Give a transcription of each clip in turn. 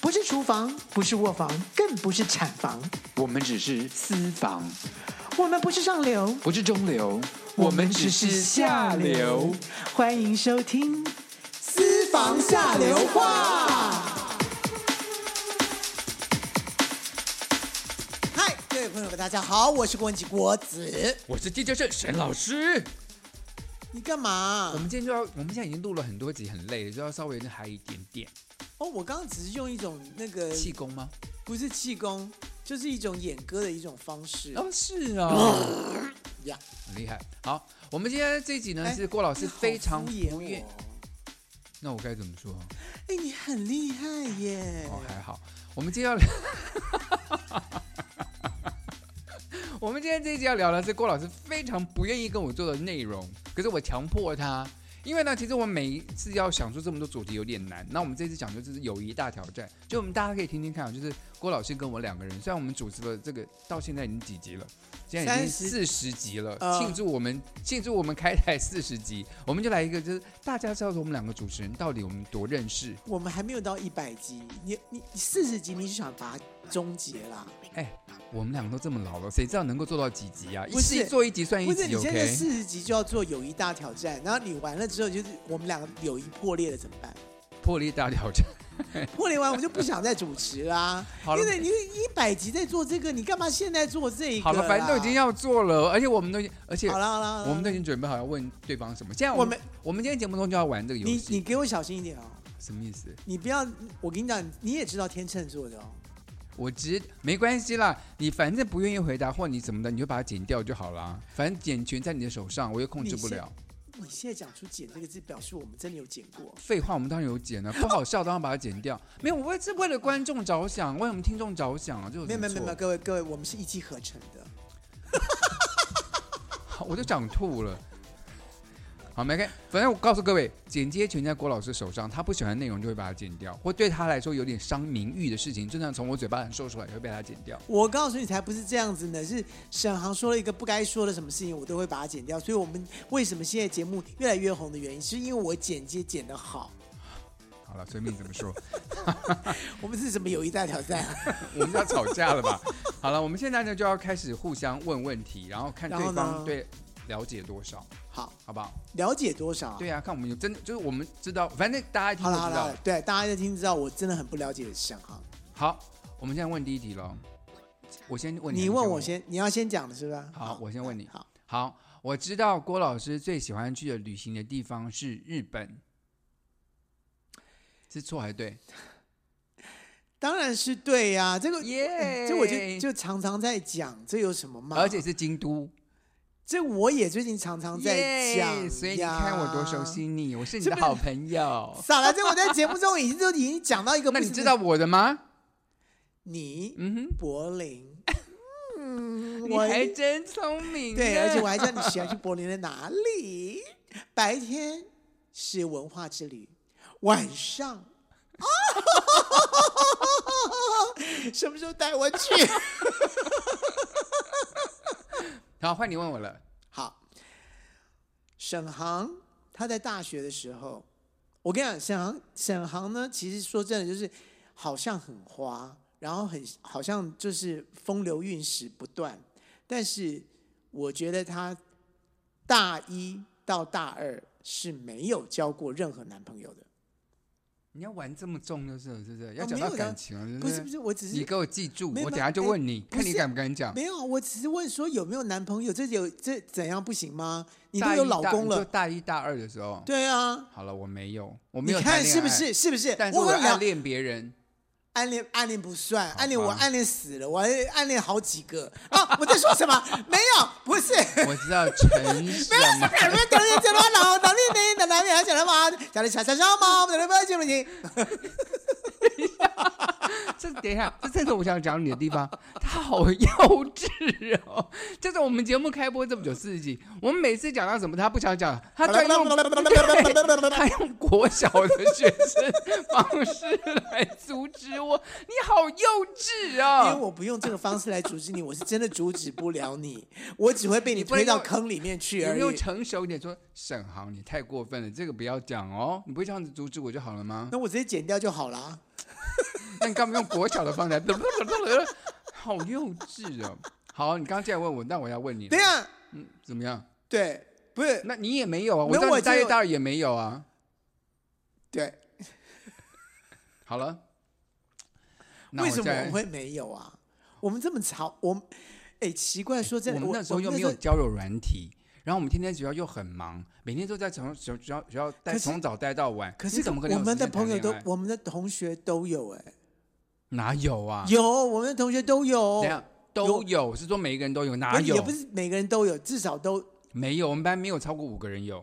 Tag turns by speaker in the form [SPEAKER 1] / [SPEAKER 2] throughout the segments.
[SPEAKER 1] 不是厨房，不是卧房，更不是产房，
[SPEAKER 2] 我们只是私房，
[SPEAKER 1] 我们不是上流，
[SPEAKER 2] 不是中流，我们只是下流。。
[SPEAKER 1] 欢迎收听《私房下流话》。
[SPEAKER 3] 嗨，各位朋友们，大家好，我是郭文吉郭子。
[SPEAKER 2] 我是地教授沈老师。
[SPEAKER 3] 你干嘛
[SPEAKER 2] 我？们今天就要，我们现在已经录了很多集，很累了，就要稍微还一点点
[SPEAKER 3] 哦，我刚刚只是用一种那个
[SPEAKER 2] 气功吗？
[SPEAKER 3] 不是气功，就是一种演歌的一种方式。
[SPEAKER 2] 哦，是哦，
[SPEAKER 3] 呀，
[SPEAKER 2] 很厉害。好，我们今天这一集呢
[SPEAKER 3] 哎
[SPEAKER 2] 是郭老
[SPEAKER 3] 你
[SPEAKER 2] 师
[SPEAKER 3] 好
[SPEAKER 2] 非常
[SPEAKER 3] 敷衍
[SPEAKER 2] 不愿
[SPEAKER 3] 我，。
[SPEAKER 2] 那我该怎么说？
[SPEAKER 3] 哎，你很厉害耶！
[SPEAKER 2] 哦，还好。我们今天要， 我们今天这一集要聊的是郭老师非常不愿意跟我做的内容，可是我强迫他，因为呢，其实我每一次要想出这么多主题有点难。那我们这次讲究就是友谊大挑战，就我们大家可以听听看啊，就是郭老师跟我两个人，虽然我们主持了这个到现在已经几集了。现在已经四
[SPEAKER 3] 30
[SPEAKER 2] 十集了，
[SPEAKER 3] 呃
[SPEAKER 2] 庆祝我们庆祝我们开台四十集，我们就来一个，就是大家知道我们两个主持人到底我们多认识，
[SPEAKER 3] 我们还没有到一百集，你你你四十集你就想把它终结啦？
[SPEAKER 2] 哎，我们两个都这么老了，谁知道能够做到几集啊？一
[SPEAKER 3] 不是
[SPEAKER 2] 次做一集
[SPEAKER 1] 哎
[SPEAKER 2] 算一
[SPEAKER 3] 不是，
[SPEAKER 2] 集
[SPEAKER 3] 你现在
[SPEAKER 2] ，OK？
[SPEAKER 3] 四十集就要做友谊大挑战，然后你完了之后就是我们两个友谊破裂了怎么办？
[SPEAKER 2] 破例大挑战，
[SPEAKER 3] 破裂完我们就不想再主持啦。
[SPEAKER 2] 好了
[SPEAKER 3] 因，为你一百集在做这个，你干嘛现在做这个？
[SPEAKER 2] 好了，反正都已经要做了，而且我们都已经，而且
[SPEAKER 3] 啊好了好了好了，
[SPEAKER 2] 我们都已经准备好要问对方什么。现在
[SPEAKER 3] 我
[SPEAKER 2] 我们
[SPEAKER 3] 们
[SPEAKER 2] 我们今天节目中就要玩这个游
[SPEAKER 3] 你你
[SPEAKER 2] 戏，
[SPEAKER 3] 给我小心一点哦，
[SPEAKER 2] 什么意思？
[SPEAKER 3] 你不要，我跟你讲，你也知道天秤座的哦。
[SPEAKER 2] 我直没关系啦，你反正不愿意回答或你什么的，你就把它剪掉就好啦。反正剪权在你的手上，我又控制不了。
[SPEAKER 3] 你现在讲出“剪”这个字，表示我们真的有剪过。
[SPEAKER 2] 废话，我们当然有剪啊了，不好笑当然把它剪 掉。没有，我是为了观众着想，为我们听众着想啊，就
[SPEAKER 3] 没有没有没有没有，，各位各位，我们是一气呵成的。
[SPEAKER 2] 我都想吐了。好，没看，反正我告诉各位，剪接权在郭老师手上，他不喜欢的内容就会把它剪掉，或对他来说有点伤名誉的事情，就算从我嘴巴里说出来，也会被他剪掉。
[SPEAKER 3] 我告诉你，才不是这样子呢，是沈航说了一个不该说的什么事情，我都会把它剪掉。所以，我们为什么现在节目越来越红的原因，是因为我剪接剪得好。
[SPEAKER 2] 好了，随便你怎么说，
[SPEAKER 3] 我们是什么友谊大挑战？
[SPEAKER 2] 我们要吵架了吧？好了，我们现在呢就要开始互相问问题，然后看对
[SPEAKER 3] 然后呢
[SPEAKER 2] 方对了解多少，
[SPEAKER 3] 好，
[SPEAKER 2] 好不好？
[SPEAKER 3] 了解多少啊？
[SPEAKER 2] 对啊，看我们有真的就是我们知道，反正大家一听
[SPEAKER 3] 好
[SPEAKER 2] 就
[SPEAKER 3] 了
[SPEAKER 2] 知
[SPEAKER 3] 好
[SPEAKER 2] 道
[SPEAKER 3] 了，。对大家在听知道，我真的很不了解沈航。
[SPEAKER 2] 好，我们现在问第一题喽。我先问你，
[SPEAKER 3] 你
[SPEAKER 2] 还是
[SPEAKER 3] 问我。先，你要先讲的是吧？
[SPEAKER 2] 好，我先问你。
[SPEAKER 3] 好，
[SPEAKER 2] 好，我知道郭老师最喜欢去的旅行的地方是日本，是错还是对？
[SPEAKER 3] 当然是对呀、这个
[SPEAKER 2] 耶
[SPEAKER 3] 这我就就常常在讲，这有什么嘛？
[SPEAKER 2] 而且是京都，
[SPEAKER 3] 这我也最近常常在讲
[SPEAKER 2] 耶
[SPEAKER 3] 呀，
[SPEAKER 2] 所以你看我多熟悉你，我是你
[SPEAKER 3] 这
[SPEAKER 2] 的
[SPEAKER 3] 不
[SPEAKER 2] 好朋友。
[SPEAKER 3] 少来，这我在节目中已经都已经讲到一个，
[SPEAKER 2] 那你
[SPEAKER 3] 不是
[SPEAKER 2] 知道我的吗？
[SPEAKER 3] 你
[SPEAKER 2] 嗯哼，
[SPEAKER 3] 柏林，嗯，
[SPEAKER 2] 你
[SPEAKER 3] 我
[SPEAKER 2] 还真聪明。
[SPEAKER 3] 对，而 且我还知道你喜欢去柏林的哪里。白天是文化之旅，晚上啊， 什么时候带我去？
[SPEAKER 2] 好，换你问我了。
[SPEAKER 3] 好，沈航他在大学的时候，我跟你讲，沈航沈航呢，其实说真的，就是好像很花，然后很好像就是风流韵事不断，但是我觉得他大一到大二是没有交过任何男朋友的，
[SPEAKER 2] 你要玩这么重就是了，是不是？要
[SPEAKER 3] 哦
[SPEAKER 2] 讲
[SPEAKER 3] 没
[SPEAKER 2] 到
[SPEAKER 3] 有的
[SPEAKER 2] 感情了，
[SPEAKER 3] 不是不
[SPEAKER 2] 是？
[SPEAKER 3] 是，我只
[SPEAKER 2] 嗯你
[SPEAKER 3] 是。
[SPEAKER 2] 给我记住，
[SPEAKER 3] 没有
[SPEAKER 2] 我
[SPEAKER 3] 没
[SPEAKER 2] 等下就
[SPEAKER 3] 哎
[SPEAKER 2] 问你，看
[SPEAKER 3] 不
[SPEAKER 2] 你
[SPEAKER 3] 是
[SPEAKER 2] 敢不敢讲。
[SPEAKER 3] 没有，我只是问说有没有男朋友，这有这怎样不行吗？你
[SPEAKER 2] 大
[SPEAKER 3] 都有
[SPEAKER 2] 一
[SPEAKER 3] 老
[SPEAKER 2] 大
[SPEAKER 3] 公
[SPEAKER 2] 你说
[SPEAKER 3] 了，
[SPEAKER 2] 大一大二的时候，
[SPEAKER 3] 对啊，
[SPEAKER 2] 好了，我没有，我没
[SPEAKER 3] 你
[SPEAKER 2] 有谈
[SPEAKER 3] 看
[SPEAKER 2] 恋
[SPEAKER 3] 是不
[SPEAKER 2] 爱？
[SPEAKER 3] 是？是不是？
[SPEAKER 2] 但是我
[SPEAKER 3] 跟你
[SPEAKER 2] 暗
[SPEAKER 3] 讲，
[SPEAKER 2] 恋别人，
[SPEAKER 3] 暗恋暗恋不算，暗恋
[SPEAKER 2] 好
[SPEAKER 3] 我
[SPEAKER 2] 吧
[SPEAKER 3] 暗恋死了，我还暗恋好几个啊！我在说什么？没有，不是。
[SPEAKER 2] 我知道陈什 么
[SPEAKER 3] 讲了讲了讲了，老老练练的男人讲了嘛，讲了小小小猫，讲了不行不行。
[SPEAKER 2] 这等一下，这这是我想讲你的地方， 他好幼稚哦！这是我们节目开播这么久四十集，我们每次讲到什么他不想讲，他专用他用 国小的学生方式来阻止我，你好幼稚
[SPEAKER 3] 因为
[SPEAKER 2] 啊！
[SPEAKER 3] 我不用这个方式来阻止你，我是真的阻止不了你，我只会被你
[SPEAKER 2] 你不能
[SPEAKER 3] 推到
[SPEAKER 2] 用
[SPEAKER 3] 坑里面去
[SPEAKER 2] 有
[SPEAKER 3] 而
[SPEAKER 2] 没有
[SPEAKER 3] 已。
[SPEAKER 2] 成熟一点说，沈航你太过分了，这个不要讲哦，你不会这样子阻止我就好了吗？
[SPEAKER 3] 那我直接剪掉就好啦。
[SPEAKER 2] 那你干嘛用国小的方法？好幼稚哦！好，你刚刚既然问我，那我要问你了，
[SPEAKER 3] 等一下，
[SPEAKER 2] 嗯，怎么样？
[SPEAKER 3] 对，不是
[SPEAKER 2] 那你也没有啊，
[SPEAKER 3] 没
[SPEAKER 2] 我
[SPEAKER 3] 有
[SPEAKER 2] 知道
[SPEAKER 3] 我
[SPEAKER 2] 你大
[SPEAKER 3] 就
[SPEAKER 2] 一
[SPEAKER 3] 有
[SPEAKER 2] 大二也没有啊。
[SPEAKER 3] 对，
[SPEAKER 2] 好了，那
[SPEAKER 3] 为
[SPEAKER 2] 我
[SPEAKER 3] 什么
[SPEAKER 2] 再
[SPEAKER 3] 我会没有啊？我们这么吵，我们哎奇怪，说真的，
[SPEAKER 2] 我们那时候又没有交友软体，然后我们天天学校又很忙，每天都在从学学校学校待
[SPEAKER 3] 可是
[SPEAKER 2] 从早待到晚。
[SPEAKER 3] 可
[SPEAKER 2] 你
[SPEAKER 3] 是
[SPEAKER 2] 怎么可能
[SPEAKER 3] 我
[SPEAKER 2] 有
[SPEAKER 3] 们的
[SPEAKER 2] 时间谈
[SPEAKER 3] 朋友
[SPEAKER 2] 恋
[SPEAKER 3] 都
[SPEAKER 2] 爱，
[SPEAKER 3] 我们的同学都有哎、
[SPEAKER 2] 哪有啊？
[SPEAKER 3] 有我们的同学都有
[SPEAKER 2] 怎，样都有，是说每一个人都有，哪
[SPEAKER 3] 不是
[SPEAKER 2] 有
[SPEAKER 3] 也？不是每个人都有，至少都
[SPEAKER 2] 没有，我们班没有超过五个人有，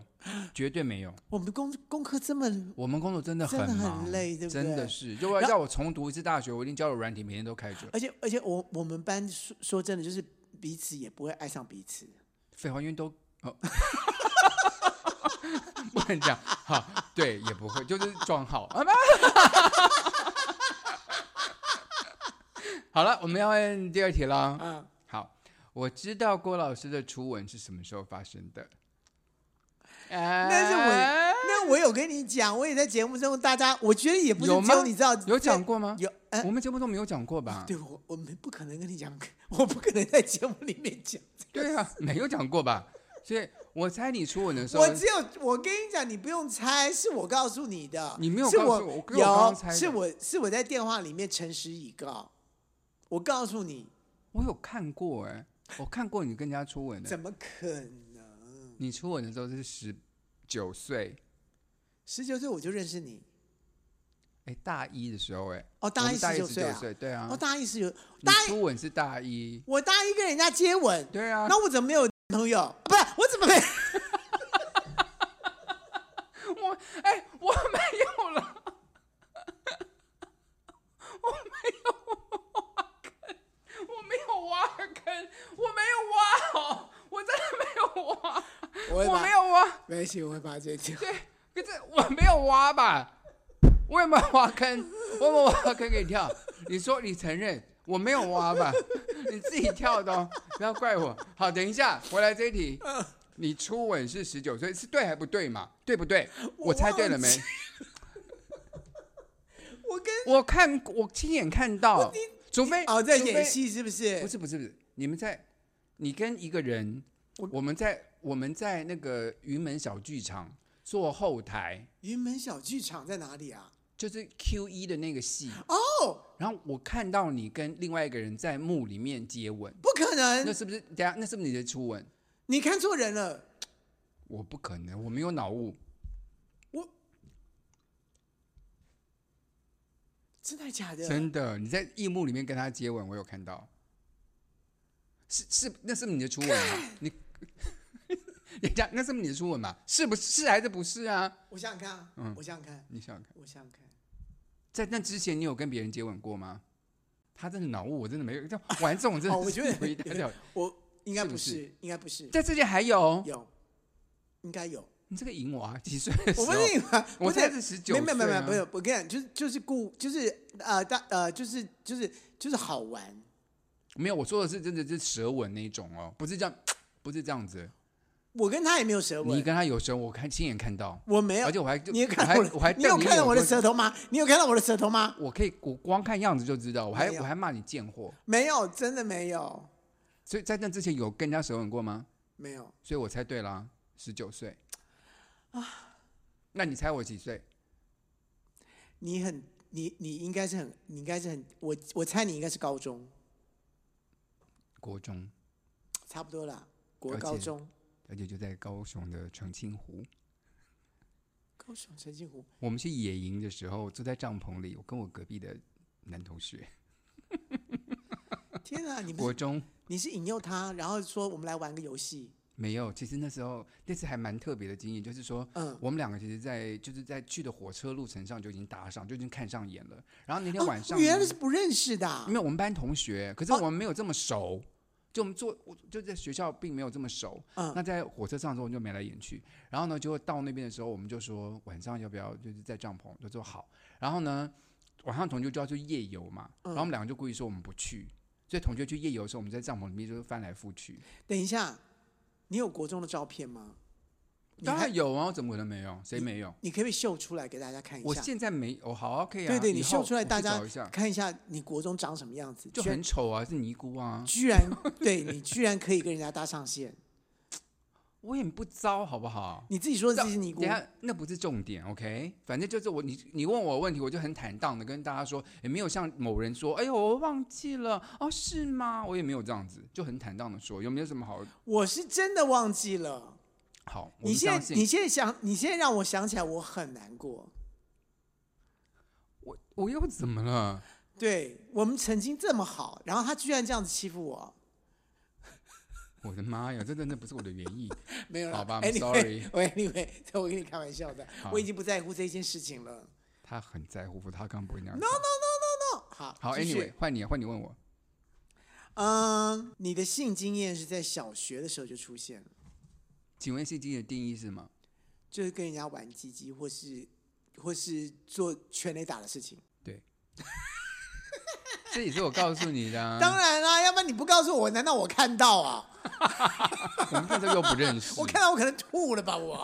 [SPEAKER 2] 绝对没有。
[SPEAKER 3] 我们的功功课这么
[SPEAKER 2] 我们工作真的
[SPEAKER 3] 真的很
[SPEAKER 2] 忙，
[SPEAKER 3] 累对不
[SPEAKER 2] 真
[SPEAKER 3] 对
[SPEAKER 2] 的是，如果
[SPEAKER 3] 然后
[SPEAKER 2] 要我重读一次大学，我一定交友软体每天都开 着。
[SPEAKER 3] 而且而且我我们班说说真的，就是彼此也不会爱上彼此。
[SPEAKER 2] 废话，因为都哦，不能讲好，对，也不会，就是装好。啊不 好了，我们要问第二题了。
[SPEAKER 3] 啊，
[SPEAKER 2] 好，我知道郭老师的初吻是什么时候发生的。哎
[SPEAKER 3] 但
[SPEAKER 2] 但
[SPEAKER 3] 是我那我有跟你讲，我也在节目中，大家我觉得也不是
[SPEAKER 2] 有
[SPEAKER 3] 只有
[SPEAKER 2] 吗
[SPEAKER 3] 你知道
[SPEAKER 2] 有讲过吗？
[SPEAKER 3] 有呃
[SPEAKER 2] 我们节目中没有讲过吧？
[SPEAKER 3] 对我我们不可能跟你讲， 我不可能在节目里面讲。
[SPEAKER 2] 对啊， 没有讲过吧？所以我猜你初吻的时候
[SPEAKER 3] 我，只有我跟你讲，你不用猜，是我告诉你的。
[SPEAKER 2] 你没有
[SPEAKER 3] 是
[SPEAKER 2] 告诉
[SPEAKER 3] 我，
[SPEAKER 2] 我我跟我刚刚猜
[SPEAKER 3] 有
[SPEAKER 2] 的
[SPEAKER 3] 是我是我在电话里面诚实以告。我告诉你，
[SPEAKER 2] 我有看过哎、我看过你跟人家初吻的。
[SPEAKER 3] 怎么可能？
[SPEAKER 2] 你初吻的时候是十九岁，
[SPEAKER 3] 十九岁我就认识你，
[SPEAKER 2] 哎，大一的时候，哎，
[SPEAKER 3] 哦，大
[SPEAKER 2] 我
[SPEAKER 3] 一
[SPEAKER 2] 们大
[SPEAKER 3] 十
[SPEAKER 2] 一
[SPEAKER 3] 九
[SPEAKER 2] 十
[SPEAKER 3] 岁
[SPEAKER 2] 九
[SPEAKER 3] 啊，
[SPEAKER 2] 岁，对啊，
[SPEAKER 3] 哦，大一十九，
[SPEAKER 2] 你
[SPEAKER 3] 大一
[SPEAKER 2] 初吻是大一，
[SPEAKER 3] 我大一跟人家接吻，
[SPEAKER 2] 对啊，
[SPEAKER 3] 那我怎么没有朋友？不是，我怎么没？
[SPEAKER 2] 我，哎，我没有了， 我没有挖坑，我没有挖坑，我没有挖好，我真的没有挖，
[SPEAKER 3] 我会
[SPEAKER 2] 我
[SPEAKER 3] 把
[SPEAKER 2] 没，有挖，
[SPEAKER 3] 没关系，我会把它剪掉。
[SPEAKER 2] 对，可是我没有挖吧？我有没有挖坑？我有没有挖坑给你跳？你说你承认我没有挖吧？你自己跳的哦，不要怪我。好，等一下，回来这一题，你初吻是十九岁，是对还不对嘛？对不对？
[SPEAKER 3] 我
[SPEAKER 2] 我猜对了没
[SPEAKER 3] 忘？记我跟
[SPEAKER 2] 我看，我亲眼看到，除非
[SPEAKER 3] 哦在
[SPEAKER 2] 除非
[SPEAKER 3] 演戏是不是？
[SPEAKER 2] 不是不是不是，你们在，你跟一个人，
[SPEAKER 3] 我
[SPEAKER 2] 我们在我们在那个云门小剧场做后台，
[SPEAKER 3] 云门小剧场在哪里啊？
[SPEAKER 2] 就是 Q 一的那个戏
[SPEAKER 3] 哦，
[SPEAKER 2] 然后我看到你跟另外一个人在幕里面接吻，
[SPEAKER 3] 不可
[SPEAKER 2] 那
[SPEAKER 3] 能，
[SPEAKER 2] 是不是？等一下，那是不是你的初吻？
[SPEAKER 3] 你看错人了。
[SPEAKER 2] 我不可能，我没有脑雾。
[SPEAKER 3] 真的假的？
[SPEAKER 2] 真的，你在荧幕里面跟他接吻，我有看到。是是，那是不是你的初吻 吗？你， 人家那是不是你的初吻吗？是不是？是还是不是啊？
[SPEAKER 3] 我想想看啊，
[SPEAKER 2] 嗯
[SPEAKER 3] 我想想看，
[SPEAKER 2] 你想想看，
[SPEAKER 3] 我想想看，
[SPEAKER 2] 在那之前你有跟别人接吻过吗？他真的脑雾，我真的没 有。这玩这种真的
[SPEAKER 3] 哦我觉得
[SPEAKER 2] 是回答掉。
[SPEAKER 3] 我应该
[SPEAKER 2] 是不
[SPEAKER 3] 不
[SPEAKER 2] 是
[SPEAKER 3] 是，应该不是，
[SPEAKER 2] 在之前还有，
[SPEAKER 3] 有，应该有。
[SPEAKER 2] 你这个赢我啊！几岁的时
[SPEAKER 3] 我
[SPEAKER 2] 候
[SPEAKER 3] 不？是以为，
[SPEAKER 2] 我
[SPEAKER 3] 不
[SPEAKER 2] 才
[SPEAKER 3] 是，
[SPEAKER 2] 是十九
[SPEAKER 3] 没
[SPEAKER 2] 岁
[SPEAKER 3] 有
[SPEAKER 2] 啊。
[SPEAKER 3] 没有没有没有，我跟你讲，就是就是故就是呃大呃就是就是就是好玩，
[SPEAKER 2] 没有，我说的是真的是舌吻那一种哦，不是这样，不是这样子。
[SPEAKER 3] 我跟他也没有舌
[SPEAKER 2] 你
[SPEAKER 3] 吻，
[SPEAKER 2] 跟他有舌，我看亲眼看到，
[SPEAKER 3] 我没有
[SPEAKER 2] 而，且我还就
[SPEAKER 3] 你有
[SPEAKER 2] 我
[SPEAKER 3] 看
[SPEAKER 2] 还
[SPEAKER 3] 到
[SPEAKER 2] 我还
[SPEAKER 3] 我的，你有
[SPEAKER 2] 瞪
[SPEAKER 3] 看到
[SPEAKER 2] 眼
[SPEAKER 3] 我的
[SPEAKER 2] 说
[SPEAKER 3] 舌头吗？你有看到我的舌头吗？
[SPEAKER 2] 我可以，我光看样子就知道，我还
[SPEAKER 3] 没有
[SPEAKER 2] 我还骂你贱货。
[SPEAKER 3] 没有，真的没有，
[SPEAKER 2] 所以在那之前有跟人家舌吻过吗？
[SPEAKER 3] 没有。
[SPEAKER 2] 所以我猜对啦，十九岁啊。
[SPEAKER 3] 啊
[SPEAKER 2] 那你猜我几岁？
[SPEAKER 3] 你很你你应该是很你应该是很我我猜你应该是高中，
[SPEAKER 2] 国中，
[SPEAKER 3] 差不多啦，国
[SPEAKER 2] 了
[SPEAKER 3] 高
[SPEAKER 2] 解
[SPEAKER 3] 中，
[SPEAKER 2] 而且就在高雄的澄清湖。
[SPEAKER 3] 高雄澄 清湖。
[SPEAKER 2] 我们去野营的时候，坐在帐篷里，我跟我隔壁的男同学，
[SPEAKER 3] 天啊，你们
[SPEAKER 2] 国中
[SPEAKER 3] 你是引诱他，然后说我们来玩个游戏，
[SPEAKER 2] 没有。其实那时候那次还蛮特别的经验，就是说
[SPEAKER 3] 嗯，
[SPEAKER 2] 我们两个其实在，就是在去的火车路程上就已经搭上，就已经看上眼了。然后那天晚上
[SPEAKER 3] 哦、
[SPEAKER 2] 呢，
[SPEAKER 3] 原来是不认识的啊、
[SPEAKER 2] 因为我们班同学，可是
[SPEAKER 3] 哦
[SPEAKER 2] 我们没有这么熟，就我们坐我就在学校并没有这么熟。
[SPEAKER 3] 嗯
[SPEAKER 2] 那在火车上的时候我们就眉来眼去，然后呢，就到那边的时候，我们就说晚上要不要就是在帐篷，就说好。然后呢，晚上同学就要去夜游嘛，然
[SPEAKER 3] 嗯
[SPEAKER 2] 后我们两个就故意说我们不去。所以同学去夜游的时候，我们在帐篷里面就是翻来覆去。
[SPEAKER 3] 等一下，你有国中的照片吗？你
[SPEAKER 2] 当
[SPEAKER 3] 还
[SPEAKER 2] 然有啊，我怎么可能没有？谁没有？
[SPEAKER 3] 你可不可以秀出来给大家看一
[SPEAKER 2] 我
[SPEAKER 3] 下？
[SPEAKER 2] 现在没有，好啊，可以啊。
[SPEAKER 3] 对对，你
[SPEAKER 2] 以
[SPEAKER 3] 秀
[SPEAKER 2] 后
[SPEAKER 3] 出来，
[SPEAKER 2] 我去
[SPEAKER 3] 大家
[SPEAKER 2] 找一下，
[SPEAKER 3] 看一下你国中长什么样子，
[SPEAKER 2] 就
[SPEAKER 3] 居然
[SPEAKER 2] 很丑啊，是尼姑啊，
[SPEAKER 3] 居 然对你居然可以跟人家搭上线，
[SPEAKER 2] 我也不糟，好不好？
[SPEAKER 3] 你自己说自己是
[SPEAKER 2] 这
[SPEAKER 3] 尼姑
[SPEAKER 2] 等一，下那不是重点，OK？反正就是我你你问我问题，我就很坦荡的跟大家说，也没有像某人说，哎呦我忘记了哦，是吗？我也没有这样子，就很坦荡的说，有没有什么好
[SPEAKER 3] 我是真的忘记了。
[SPEAKER 2] 好？我
[SPEAKER 3] 你
[SPEAKER 2] 们相
[SPEAKER 3] 现在
[SPEAKER 2] 信
[SPEAKER 3] 你现在想，你现在让我想起来，我很难过。
[SPEAKER 2] 我我又怎么了？
[SPEAKER 3] 对我们曾经这么好，然后他居然这样子欺负我，
[SPEAKER 2] 我的妈呀，这真的不是我的原意。
[SPEAKER 3] 没有啦
[SPEAKER 2] 好吧
[SPEAKER 3] ，anyway，
[SPEAKER 2] I'm sorry
[SPEAKER 3] 我 anyway，这我跟你开玩笑的，
[SPEAKER 2] 好
[SPEAKER 3] 我已经不在乎这件事情了。
[SPEAKER 2] 他很在乎，他刚刚不会那样
[SPEAKER 3] No
[SPEAKER 2] 子。
[SPEAKER 3] no no no no，好，
[SPEAKER 2] 好
[SPEAKER 3] 继续
[SPEAKER 2] ，Anyway，换你，换你问我。
[SPEAKER 3] 嗯，你的性经验是在小学的时候就出现了，
[SPEAKER 2] 请问 C D 的定义是吗？
[SPEAKER 3] 就是跟人家玩鸡鸡，或是或是做全垒打的事情。
[SPEAKER 2] 这也是我告诉你的、啊。
[SPEAKER 3] 当，然啦、要不然你不告诉我，难道我看到
[SPEAKER 2] 嗯
[SPEAKER 3] 啊？
[SPEAKER 2] 我们大家又不认 识。
[SPEAKER 3] 我看到我可能吐了吧？我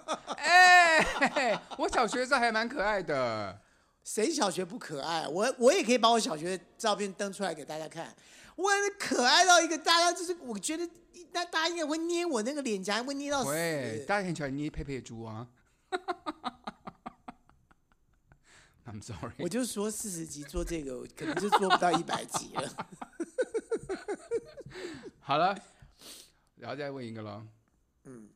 [SPEAKER 2] 哎、嘿我小学的时候还蛮可爱的。
[SPEAKER 3] 谁小学不可爱？我我也可以把我小学的照片登出来给大家看，我可爱到一个大家就是，我觉得大大家应该会捏我那个脸颊，会捏到死。
[SPEAKER 2] 喂，大家很喜欢捏佩佩猪啊。I'm
[SPEAKER 3] 我
[SPEAKER 2] sorry，
[SPEAKER 3] 就说四十集做这个，我可能就做不到一百集了。
[SPEAKER 2] 好了，然后再问一个喽。嗯，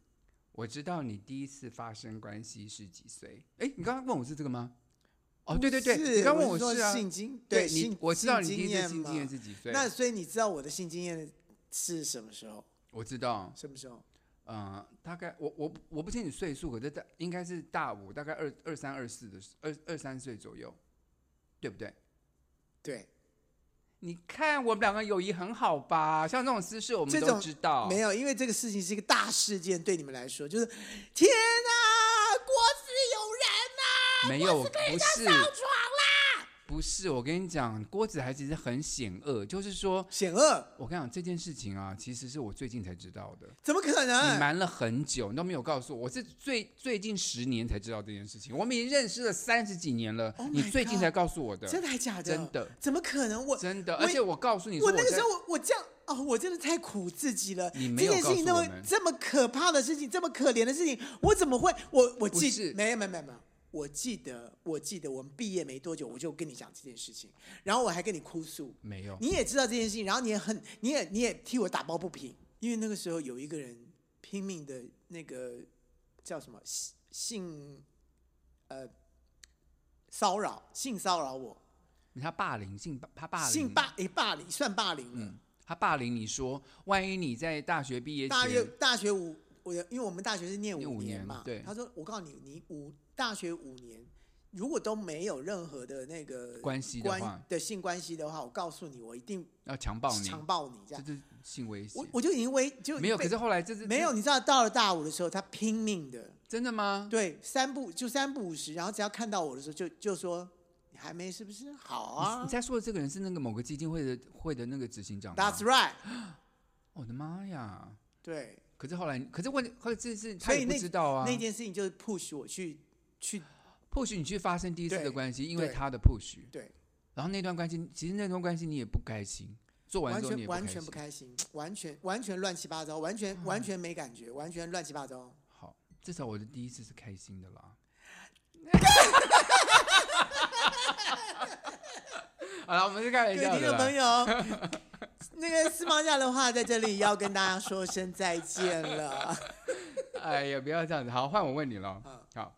[SPEAKER 2] 我知道你第一次发生关系是几岁？哎，你刚刚问我是这个吗？哦，对对对，
[SPEAKER 3] 是
[SPEAKER 2] 你刚问
[SPEAKER 3] 我是
[SPEAKER 2] 是
[SPEAKER 3] 说
[SPEAKER 2] 啊，
[SPEAKER 3] 性经
[SPEAKER 2] 对
[SPEAKER 3] 性
[SPEAKER 2] 你，我知道你
[SPEAKER 3] 性
[SPEAKER 2] 第一
[SPEAKER 3] 经验
[SPEAKER 2] 次性经
[SPEAKER 3] 嘛
[SPEAKER 2] 验是几岁？
[SPEAKER 3] 那所以你知道我的性经验是什么时候？
[SPEAKER 2] 我知道，
[SPEAKER 3] 什么时候？
[SPEAKER 2] 呃，大概我我我不清楚岁数，可是大应该是大五，大概二二三二四的时二二三岁左右，对不对？
[SPEAKER 3] 对，
[SPEAKER 2] 你看我们两个友谊很好吧？像这种私事我们
[SPEAKER 3] 这
[SPEAKER 2] 都
[SPEAKER 3] 种
[SPEAKER 2] 知道，
[SPEAKER 3] 没有，因为这个事情是一个大事件，对你们来说就是天哪，国师有人呐、
[SPEAKER 2] 没有，不是不是，我跟你讲，郭子还其实很险恶，就是说，
[SPEAKER 3] 险恶，
[SPEAKER 2] 我跟你讲这件事情啊，其实是我最近才知道的。
[SPEAKER 3] 怎么可
[SPEAKER 2] 你
[SPEAKER 3] 能？
[SPEAKER 2] 瞒了很久，你都没有告诉我，我是最最近十年才知道这件事情。我们已经认识了三十几年了
[SPEAKER 3] Oh
[SPEAKER 2] 你
[SPEAKER 3] my
[SPEAKER 2] 最近
[SPEAKER 3] God，
[SPEAKER 2] 才告诉我的，
[SPEAKER 3] 真的还假的？
[SPEAKER 2] 真的
[SPEAKER 3] 怎么可能？我
[SPEAKER 2] 真的。
[SPEAKER 3] 我
[SPEAKER 2] 而且我告诉你说，
[SPEAKER 3] 我那个
[SPEAKER 2] 在
[SPEAKER 3] 时候我我这样哦，我真的太苦自己了。
[SPEAKER 2] 你
[SPEAKER 3] 这
[SPEAKER 2] 没有
[SPEAKER 3] 件事情那
[SPEAKER 2] 告诉我
[SPEAKER 3] 么
[SPEAKER 2] 们
[SPEAKER 3] 这么可怕的事情，这么可怜的事情，我怎么会？我我
[SPEAKER 2] 不是
[SPEAKER 3] 记没有没有没有没有，我记得我记得我们毕业没多久，我就跟你讲这件事情，然后我还跟你哭诉，
[SPEAKER 2] 没有，
[SPEAKER 3] 你也知道这件事情，然后你也很你也你也替我打抱不平，因为那个时候有一个人拼命的那个叫什么性性呃骚扰性骚扰我，
[SPEAKER 2] 他霸凌性霸他霸凌嗯
[SPEAKER 3] 性霸诶霸凌算霸凌了。
[SPEAKER 2] 他霸凌你说，万一你在大学毕业
[SPEAKER 3] 大约
[SPEAKER 2] 前，
[SPEAKER 3] 大学五，我的因为我们大学是念
[SPEAKER 2] 念五
[SPEAKER 3] 五
[SPEAKER 2] 年
[SPEAKER 3] 嘛，
[SPEAKER 2] 对
[SPEAKER 3] 他说我告诉你，你五大学五年如果都没有任何的那个
[SPEAKER 2] 关系的话
[SPEAKER 3] 关的性关系的话，我告诉你，我一定
[SPEAKER 2] 要强暴你，
[SPEAKER 3] 强暴你这
[SPEAKER 2] 这
[SPEAKER 3] 样。
[SPEAKER 2] 就是性威胁
[SPEAKER 3] 我。我就已经威就
[SPEAKER 2] 没有，
[SPEAKER 3] 被
[SPEAKER 2] 可是后来这是
[SPEAKER 3] 没有，你知道到了大五的时候，他拼命的
[SPEAKER 2] 真的吗？
[SPEAKER 3] 对三不就三不五十，然后只要看到我的时候就就说你还没是不是好
[SPEAKER 2] 你
[SPEAKER 3] 啊
[SPEAKER 2] 你在说的这个人是那个某个基金会的会的那个执行长吗
[SPEAKER 3] ？That's right，
[SPEAKER 2] 我的妈呀！
[SPEAKER 3] 对，
[SPEAKER 2] 可是后来，可是问，后来这是他
[SPEAKER 3] 所以
[SPEAKER 2] 也不
[SPEAKER 3] 那
[SPEAKER 2] 知道啊。
[SPEAKER 3] 那件事情就是 push 我去去
[SPEAKER 2] 或许你去发生第一次
[SPEAKER 3] 对
[SPEAKER 2] 的关系，因为
[SPEAKER 3] 对
[SPEAKER 2] 他的 push，
[SPEAKER 3] 对。
[SPEAKER 2] 然后那段关系，其实那段关系你也不开心，做完
[SPEAKER 3] 完
[SPEAKER 2] 之后你也
[SPEAKER 3] 全完全
[SPEAKER 2] 不
[SPEAKER 3] 不
[SPEAKER 2] 开心。嗯
[SPEAKER 3] 开心，完全完全乱七八糟，完全完全没感觉，完全乱七八糟。
[SPEAKER 2] 好，至少我的第一次是开心的啦。 好了，我们是开玩
[SPEAKER 3] 各
[SPEAKER 2] 笑
[SPEAKER 3] 位听
[SPEAKER 2] 的
[SPEAKER 3] 众朋
[SPEAKER 2] 啦。
[SPEAKER 3] 友， 那个私房下的话在这里要跟大家说声再见 了。
[SPEAKER 2] 哎呀，不要这样子。好，换我问你了
[SPEAKER 3] 嗯。
[SPEAKER 2] 好，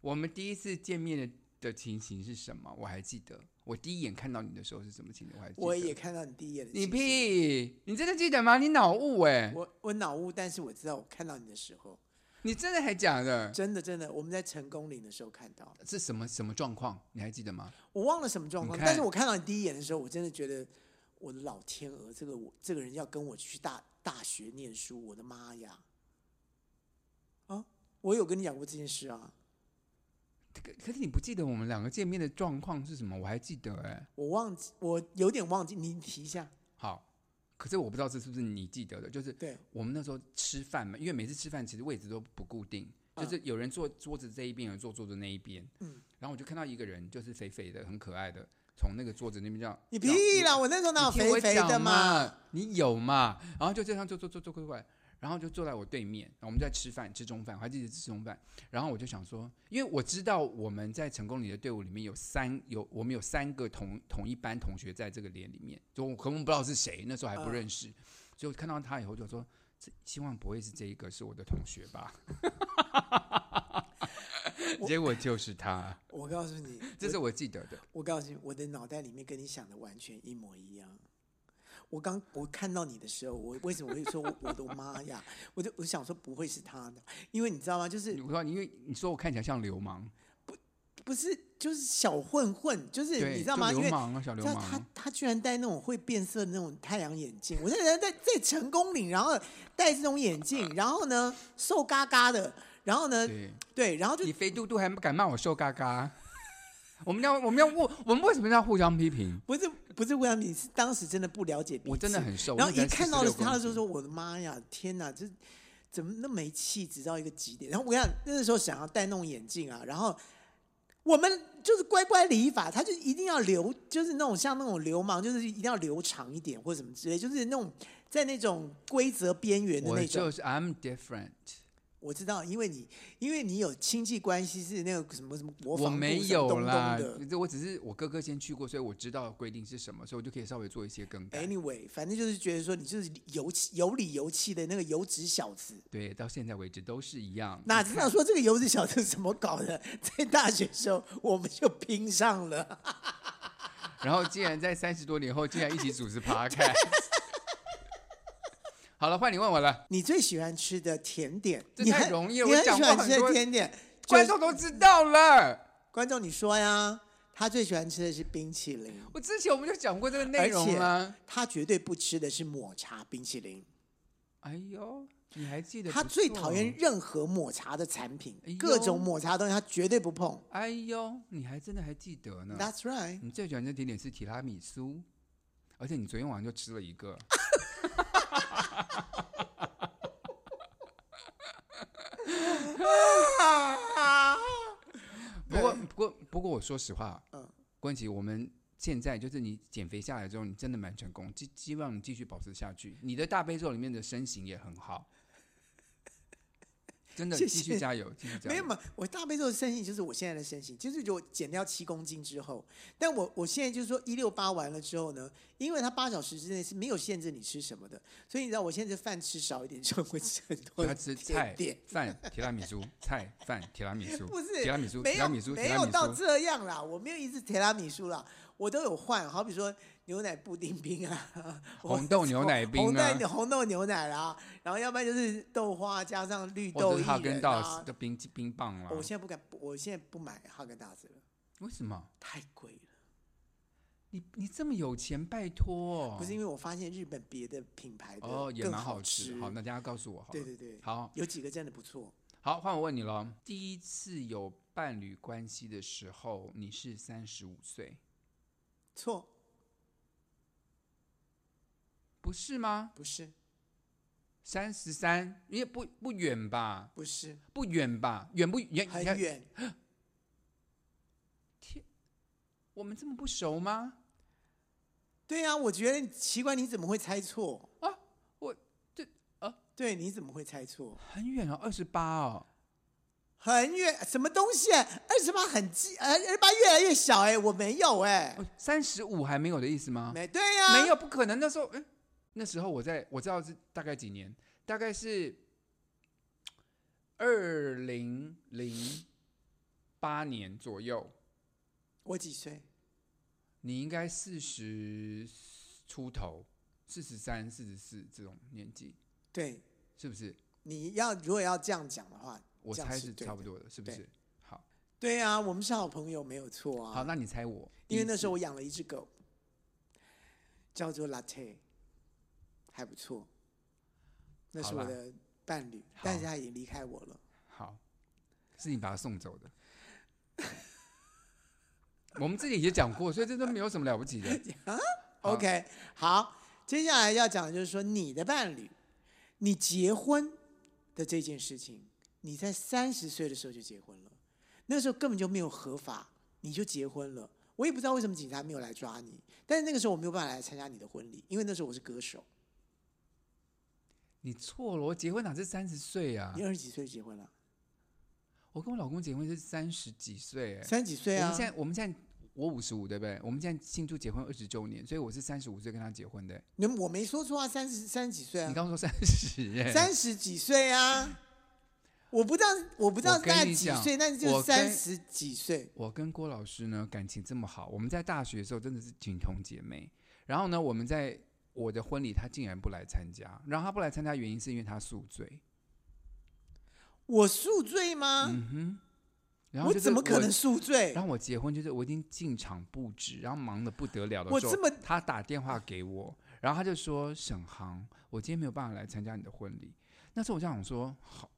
[SPEAKER 2] 我们第一次见面的的情形是什么？我还记得，我第一眼看到你的时候是什么情形？我还记得。
[SPEAKER 3] 我也看到你第一眼的，
[SPEAKER 2] 你！屁！你真的记得吗？你脑雾哎、
[SPEAKER 3] 我我脑雾，但是我知道我看到你的时候，
[SPEAKER 2] 你真的还假的？
[SPEAKER 3] 真的真的，我们在成功岭的时候看到的，
[SPEAKER 2] 是什么什么状况？你还记得吗？
[SPEAKER 3] 我忘了什么状况，
[SPEAKER 2] 你看
[SPEAKER 3] 但是我看到你第一眼的时候，我真的觉得我的老天鹅，这个我这个人要跟我去大大学念书，我的妈呀！啊，我有跟你讲过这件事啊。
[SPEAKER 2] 可可是你不记得我们两个见面的状况是什么？我还记得哎、
[SPEAKER 3] 我忘记，我有点忘记，你提一下。
[SPEAKER 2] 好，可是我不知道这是不是你记得的，就是
[SPEAKER 3] 对，
[SPEAKER 2] 我们那时候吃饭嘛，因为每次吃饭其实位置都不固定，
[SPEAKER 3] 嗯
[SPEAKER 2] 就是有人坐桌子这一边，有人坐桌子那一边。
[SPEAKER 3] 嗯
[SPEAKER 2] 然后我就看到一个人，就是肥肥的，很可爱的，从那个桌子那边这样。
[SPEAKER 3] 你
[SPEAKER 2] 这样
[SPEAKER 3] 屁啦！我那时候哪有
[SPEAKER 2] 你听我
[SPEAKER 3] 肥肥
[SPEAKER 2] 讲
[SPEAKER 3] 的嘛？
[SPEAKER 2] 嘛？你有嘛？然后就这样坐坐坐坐过过来，然后就坐在我对面，然后我们就在吃饭，吃中饭，我还记得吃中饭。然后我就想说，因为我知道我们在成功里的队伍里面有三有我们有三个同同一班同学在这个连里面，就我可能不知道是谁，那时候还不认识，所以我看到他以后就说。这希望不会是这一个是我的同学 吧，结果就是他，
[SPEAKER 3] 我告诉你，
[SPEAKER 2] 这是我记得的。
[SPEAKER 3] 我告诉你，我的脑袋里面跟你想的完全一模一样。我刚我看到你的时候，我为什么会说我我的妈呀？我就我想说不会是他的，因为你知道吗？就是
[SPEAKER 2] 我说，因为你说我看起来像流氓，
[SPEAKER 3] 不是就是小混混，就是
[SPEAKER 2] 对，
[SPEAKER 3] 你知道吗？
[SPEAKER 2] 就
[SPEAKER 3] 因
[SPEAKER 2] 流
[SPEAKER 3] 为
[SPEAKER 2] 氓啊，小
[SPEAKER 3] 你
[SPEAKER 2] 流
[SPEAKER 3] 知道
[SPEAKER 2] 氓。
[SPEAKER 3] 他他居然戴那种会变色的那种太阳眼镜，我那人在在成功岭，然后戴这种眼镜，然后呢瘦嘎嘎的，然后呢
[SPEAKER 2] 对，
[SPEAKER 3] 对，然后呃就
[SPEAKER 2] 你肥嘟嘟还敢骂我瘦嘎嘎？ 我们要我们要互我们为什么要互相批评？
[SPEAKER 3] 不是不是为了你是当时真的不了解彼此，
[SPEAKER 2] 我真的很瘦，
[SPEAKER 3] 然后
[SPEAKER 2] 我那
[SPEAKER 3] 一
[SPEAKER 2] 时候
[SPEAKER 3] 看到
[SPEAKER 2] 46
[SPEAKER 3] 了他的时候
[SPEAKER 2] 公斤，
[SPEAKER 3] 说：“我的妈呀，天哪，这怎么那么没气质到一个极点？”然后我跟你讲，那时候想要戴那种眼镜啊，然后我们就是乖乖理发，他就一定要留，就是那种像那种流氓，就是一定要留长一点或者什么之类，就是那种在那种规则边缘的
[SPEAKER 2] 我
[SPEAKER 3] 那
[SPEAKER 2] 就
[SPEAKER 3] 种。
[SPEAKER 2] 是 I'm different，
[SPEAKER 3] 我知道，因为你因为你有亲戚关系是那个什么什么国
[SPEAKER 2] 我
[SPEAKER 3] 防部
[SPEAKER 2] 没
[SPEAKER 3] 什么
[SPEAKER 2] 有
[SPEAKER 3] 东东
[SPEAKER 2] 啦
[SPEAKER 3] 的，
[SPEAKER 2] 这我只是我哥哥先去过，所以我知道规定是什么，所以我就可以稍微做一些更改。
[SPEAKER 3] Anyway，反正就是觉得说你就是有气有理有气的那个油脂小 子。
[SPEAKER 2] 对，到现在为止都是一样。
[SPEAKER 3] 哪
[SPEAKER 2] 你
[SPEAKER 3] 知
[SPEAKER 2] 看
[SPEAKER 3] 道说这个油脂小子是怎么搞的？ 在大学时候我们就拼上了，
[SPEAKER 2] 然后竟然在三十多年后，竟然一起组 织 podcast。好了，换你问我了，
[SPEAKER 3] 你最喜欢吃的甜点，
[SPEAKER 2] 这
[SPEAKER 3] 你
[SPEAKER 2] 太
[SPEAKER 3] 很
[SPEAKER 2] 容易了
[SPEAKER 3] 你
[SPEAKER 2] 我
[SPEAKER 3] 很
[SPEAKER 2] 讲
[SPEAKER 3] 喜
[SPEAKER 2] 过
[SPEAKER 3] 欢
[SPEAKER 2] 很
[SPEAKER 3] 吃
[SPEAKER 2] 多
[SPEAKER 3] 的甜点，
[SPEAKER 2] 观
[SPEAKER 3] 就是
[SPEAKER 2] 众都知道了。
[SPEAKER 3] 观众你说呀，他最喜欢吃的是冰淇淋，
[SPEAKER 2] 我之前我们就讲过这个内容啊啦。
[SPEAKER 3] 他绝对不吃的是抹茶冰淇淋，
[SPEAKER 2] 哎呦，你还记得？
[SPEAKER 3] 他最讨厌。任何抹茶的产品
[SPEAKER 2] 哎呦，
[SPEAKER 3] 各种抹茶的东西他绝对不碰。
[SPEAKER 2] 哎呦，你还真的还记得呢。
[SPEAKER 3] That's right，
[SPEAKER 2] 你最喜欢的甜点是提拉米苏，而且你昨天晚上就吃了 一个。啊不过，不过，不过，我说实话，嗯
[SPEAKER 3] 嗯，
[SPEAKER 2] 关琪，我们现在就是你减肥下来之后，你真的蛮成功，希希望你继续保持下去。你的大悲咒里面的身形也 很好，真的
[SPEAKER 3] 谢
[SPEAKER 2] 继续
[SPEAKER 3] 谢
[SPEAKER 2] 加油，继续加油。
[SPEAKER 3] 没有嘛，我大悲咒的身形就是我现在的身形，就是我减掉七公斤之后，但我我现在就是说一六八完了之后呢，因为它八小时之内是没有限制你吃什么的，所以你知道我现在饭吃少一点，就会吃很多
[SPEAKER 2] 他吃菜
[SPEAKER 3] 甜点，
[SPEAKER 2] 饭提拉米苏，菜饭提拉米 苏，
[SPEAKER 3] 不是
[SPEAKER 2] 提拉米苏，
[SPEAKER 3] 没
[SPEAKER 2] 提拉
[SPEAKER 3] 有
[SPEAKER 2] 米苏，
[SPEAKER 3] 没
[SPEAKER 2] 提拉
[SPEAKER 3] 有
[SPEAKER 2] 米
[SPEAKER 3] 到
[SPEAKER 2] 苏。
[SPEAKER 3] 这样啦，我没有一直提拉米苏啦，我都有换，好比说牛奶布丁冰啊，我
[SPEAKER 2] 红豆牛奶冰
[SPEAKER 3] 红
[SPEAKER 2] 啊
[SPEAKER 3] 豆红豆牛奶啦，然后要不然就是豆花加上绿
[SPEAKER 2] 或
[SPEAKER 3] 豆
[SPEAKER 2] 者是哈
[SPEAKER 3] 薏
[SPEAKER 2] 根
[SPEAKER 3] 仁
[SPEAKER 2] 达
[SPEAKER 3] 啊
[SPEAKER 2] 斯。的冰激冰棒啦
[SPEAKER 3] 我。现在不敢，我现在不买哈根达斯了，
[SPEAKER 2] 为什么？
[SPEAKER 3] 太贵了。
[SPEAKER 2] 你你这么有钱，拜托。
[SPEAKER 3] 不是因为我发现日本别的品牌的
[SPEAKER 2] 哦，也
[SPEAKER 3] 更
[SPEAKER 2] 蛮好
[SPEAKER 3] 吃，
[SPEAKER 2] 好，那大家告诉我好了。
[SPEAKER 3] 对对对，
[SPEAKER 2] 好
[SPEAKER 3] 有几个真的不错。
[SPEAKER 2] 好，换我问你喽。第一次有伴侣关系的时候，你是三十五岁，
[SPEAKER 3] 错，
[SPEAKER 2] 不是吗？
[SPEAKER 3] 不是，
[SPEAKER 2] 三十三，因为不不远吧？
[SPEAKER 3] 不是，
[SPEAKER 2] 不远吧？远不远？
[SPEAKER 3] 很
[SPEAKER 2] 哎你看。
[SPEAKER 3] 远，
[SPEAKER 2] 我们这么不熟吗？
[SPEAKER 3] 对啊，我觉得奇怪，你怎么会猜错
[SPEAKER 2] 啊我这啊，
[SPEAKER 3] 对，你怎么会猜错？
[SPEAKER 2] 很远哦，二十八哦。
[SPEAKER 3] 很远，什么东西、啊？二十八很近，呃，二十八越来越小哎、我没有哎、
[SPEAKER 2] 三十五还没有的意思吗？
[SPEAKER 3] 没对啊呀、
[SPEAKER 2] 哦没有，不可能。那时候，嗯，那时候我在我知道是大概几年，大概是二零零八年左右。
[SPEAKER 3] 我几岁？
[SPEAKER 2] 你应该四十出头，四十三、四十四这种年纪，
[SPEAKER 3] 对，
[SPEAKER 2] 是不是？
[SPEAKER 3] 你要如果要这样讲的话，
[SPEAKER 2] 我
[SPEAKER 3] 这样
[SPEAKER 2] 猜
[SPEAKER 3] 是
[SPEAKER 2] 是
[SPEAKER 3] 对
[SPEAKER 2] 差
[SPEAKER 3] 的
[SPEAKER 2] 不。多的，是不
[SPEAKER 3] 对
[SPEAKER 2] 是？好，
[SPEAKER 3] 对啊，我们是好朋友，没有错啊。
[SPEAKER 2] 好，那你猜我，
[SPEAKER 3] 因为那时候
[SPEAKER 2] 候
[SPEAKER 3] 我养了一只狗，叫做 Latte，还不错。那
[SPEAKER 2] 好
[SPEAKER 3] 是我
[SPEAKER 2] 啦
[SPEAKER 3] 的伴侣，但是
[SPEAKER 2] 好
[SPEAKER 3] 他已经离开我了。
[SPEAKER 2] 好，是你把他送走的。 我们自己也讲过，所以这都没有什么了不起的。好
[SPEAKER 3] OK，好，接下来要讲的就是说，你的伴侣，你结婚的这件事情，你在三十岁的时候就结婚了，那个时候根本就没有合法，你就结婚了。我也不知道为什么警察没有来抓你，但是那个时候我没有办法来参加你的婚礼，因为那时候我是歌手。
[SPEAKER 2] 你错了，我结婚哪是三十岁啊
[SPEAKER 3] 你？二十几岁就结婚了，
[SPEAKER 2] 我跟我老公结婚是三十几岁、哎，
[SPEAKER 3] 三十几岁
[SPEAKER 2] 我
[SPEAKER 3] 啊
[SPEAKER 2] 们？现在我们现在我五十五对不对？我们现在庆祝结婚二十周年，所以我是三十五岁跟他结婚的。
[SPEAKER 3] 你我没说错啊，三十三十几岁啊
[SPEAKER 2] 你，刚说三十、哎，
[SPEAKER 3] 三十几岁啊。我不知道，我不知道
[SPEAKER 2] 我跟
[SPEAKER 3] 大概
[SPEAKER 2] 你
[SPEAKER 3] 几
[SPEAKER 2] 讲
[SPEAKER 3] 岁，但是就
[SPEAKER 2] 我
[SPEAKER 3] 是
[SPEAKER 2] 跟
[SPEAKER 3] 三十几岁。
[SPEAKER 2] 我跟郭老师呢感情这么好，我们在大学的时候真的是情同姐妹。然后呢，我们在我的婚礼，他竟然不来参加。然后他不来参加，原因是因为他宿醉。
[SPEAKER 3] 我宿醉吗？
[SPEAKER 2] 嗯哼，然后
[SPEAKER 3] 我
[SPEAKER 2] 就是
[SPEAKER 3] 怎么可能宿醉
[SPEAKER 2] 然？后我结婚就是我已经进场布置，然后忙得不得了的
[SPEAKER 3] 我
[SPEAKER 2] 时候，
[SPEAKER 3] 这么
[SPEAKER 2] 他打电话给我，然后他就说：“沈航，我今天没有办法来参加你的婚礼。”那时候我就想说，好，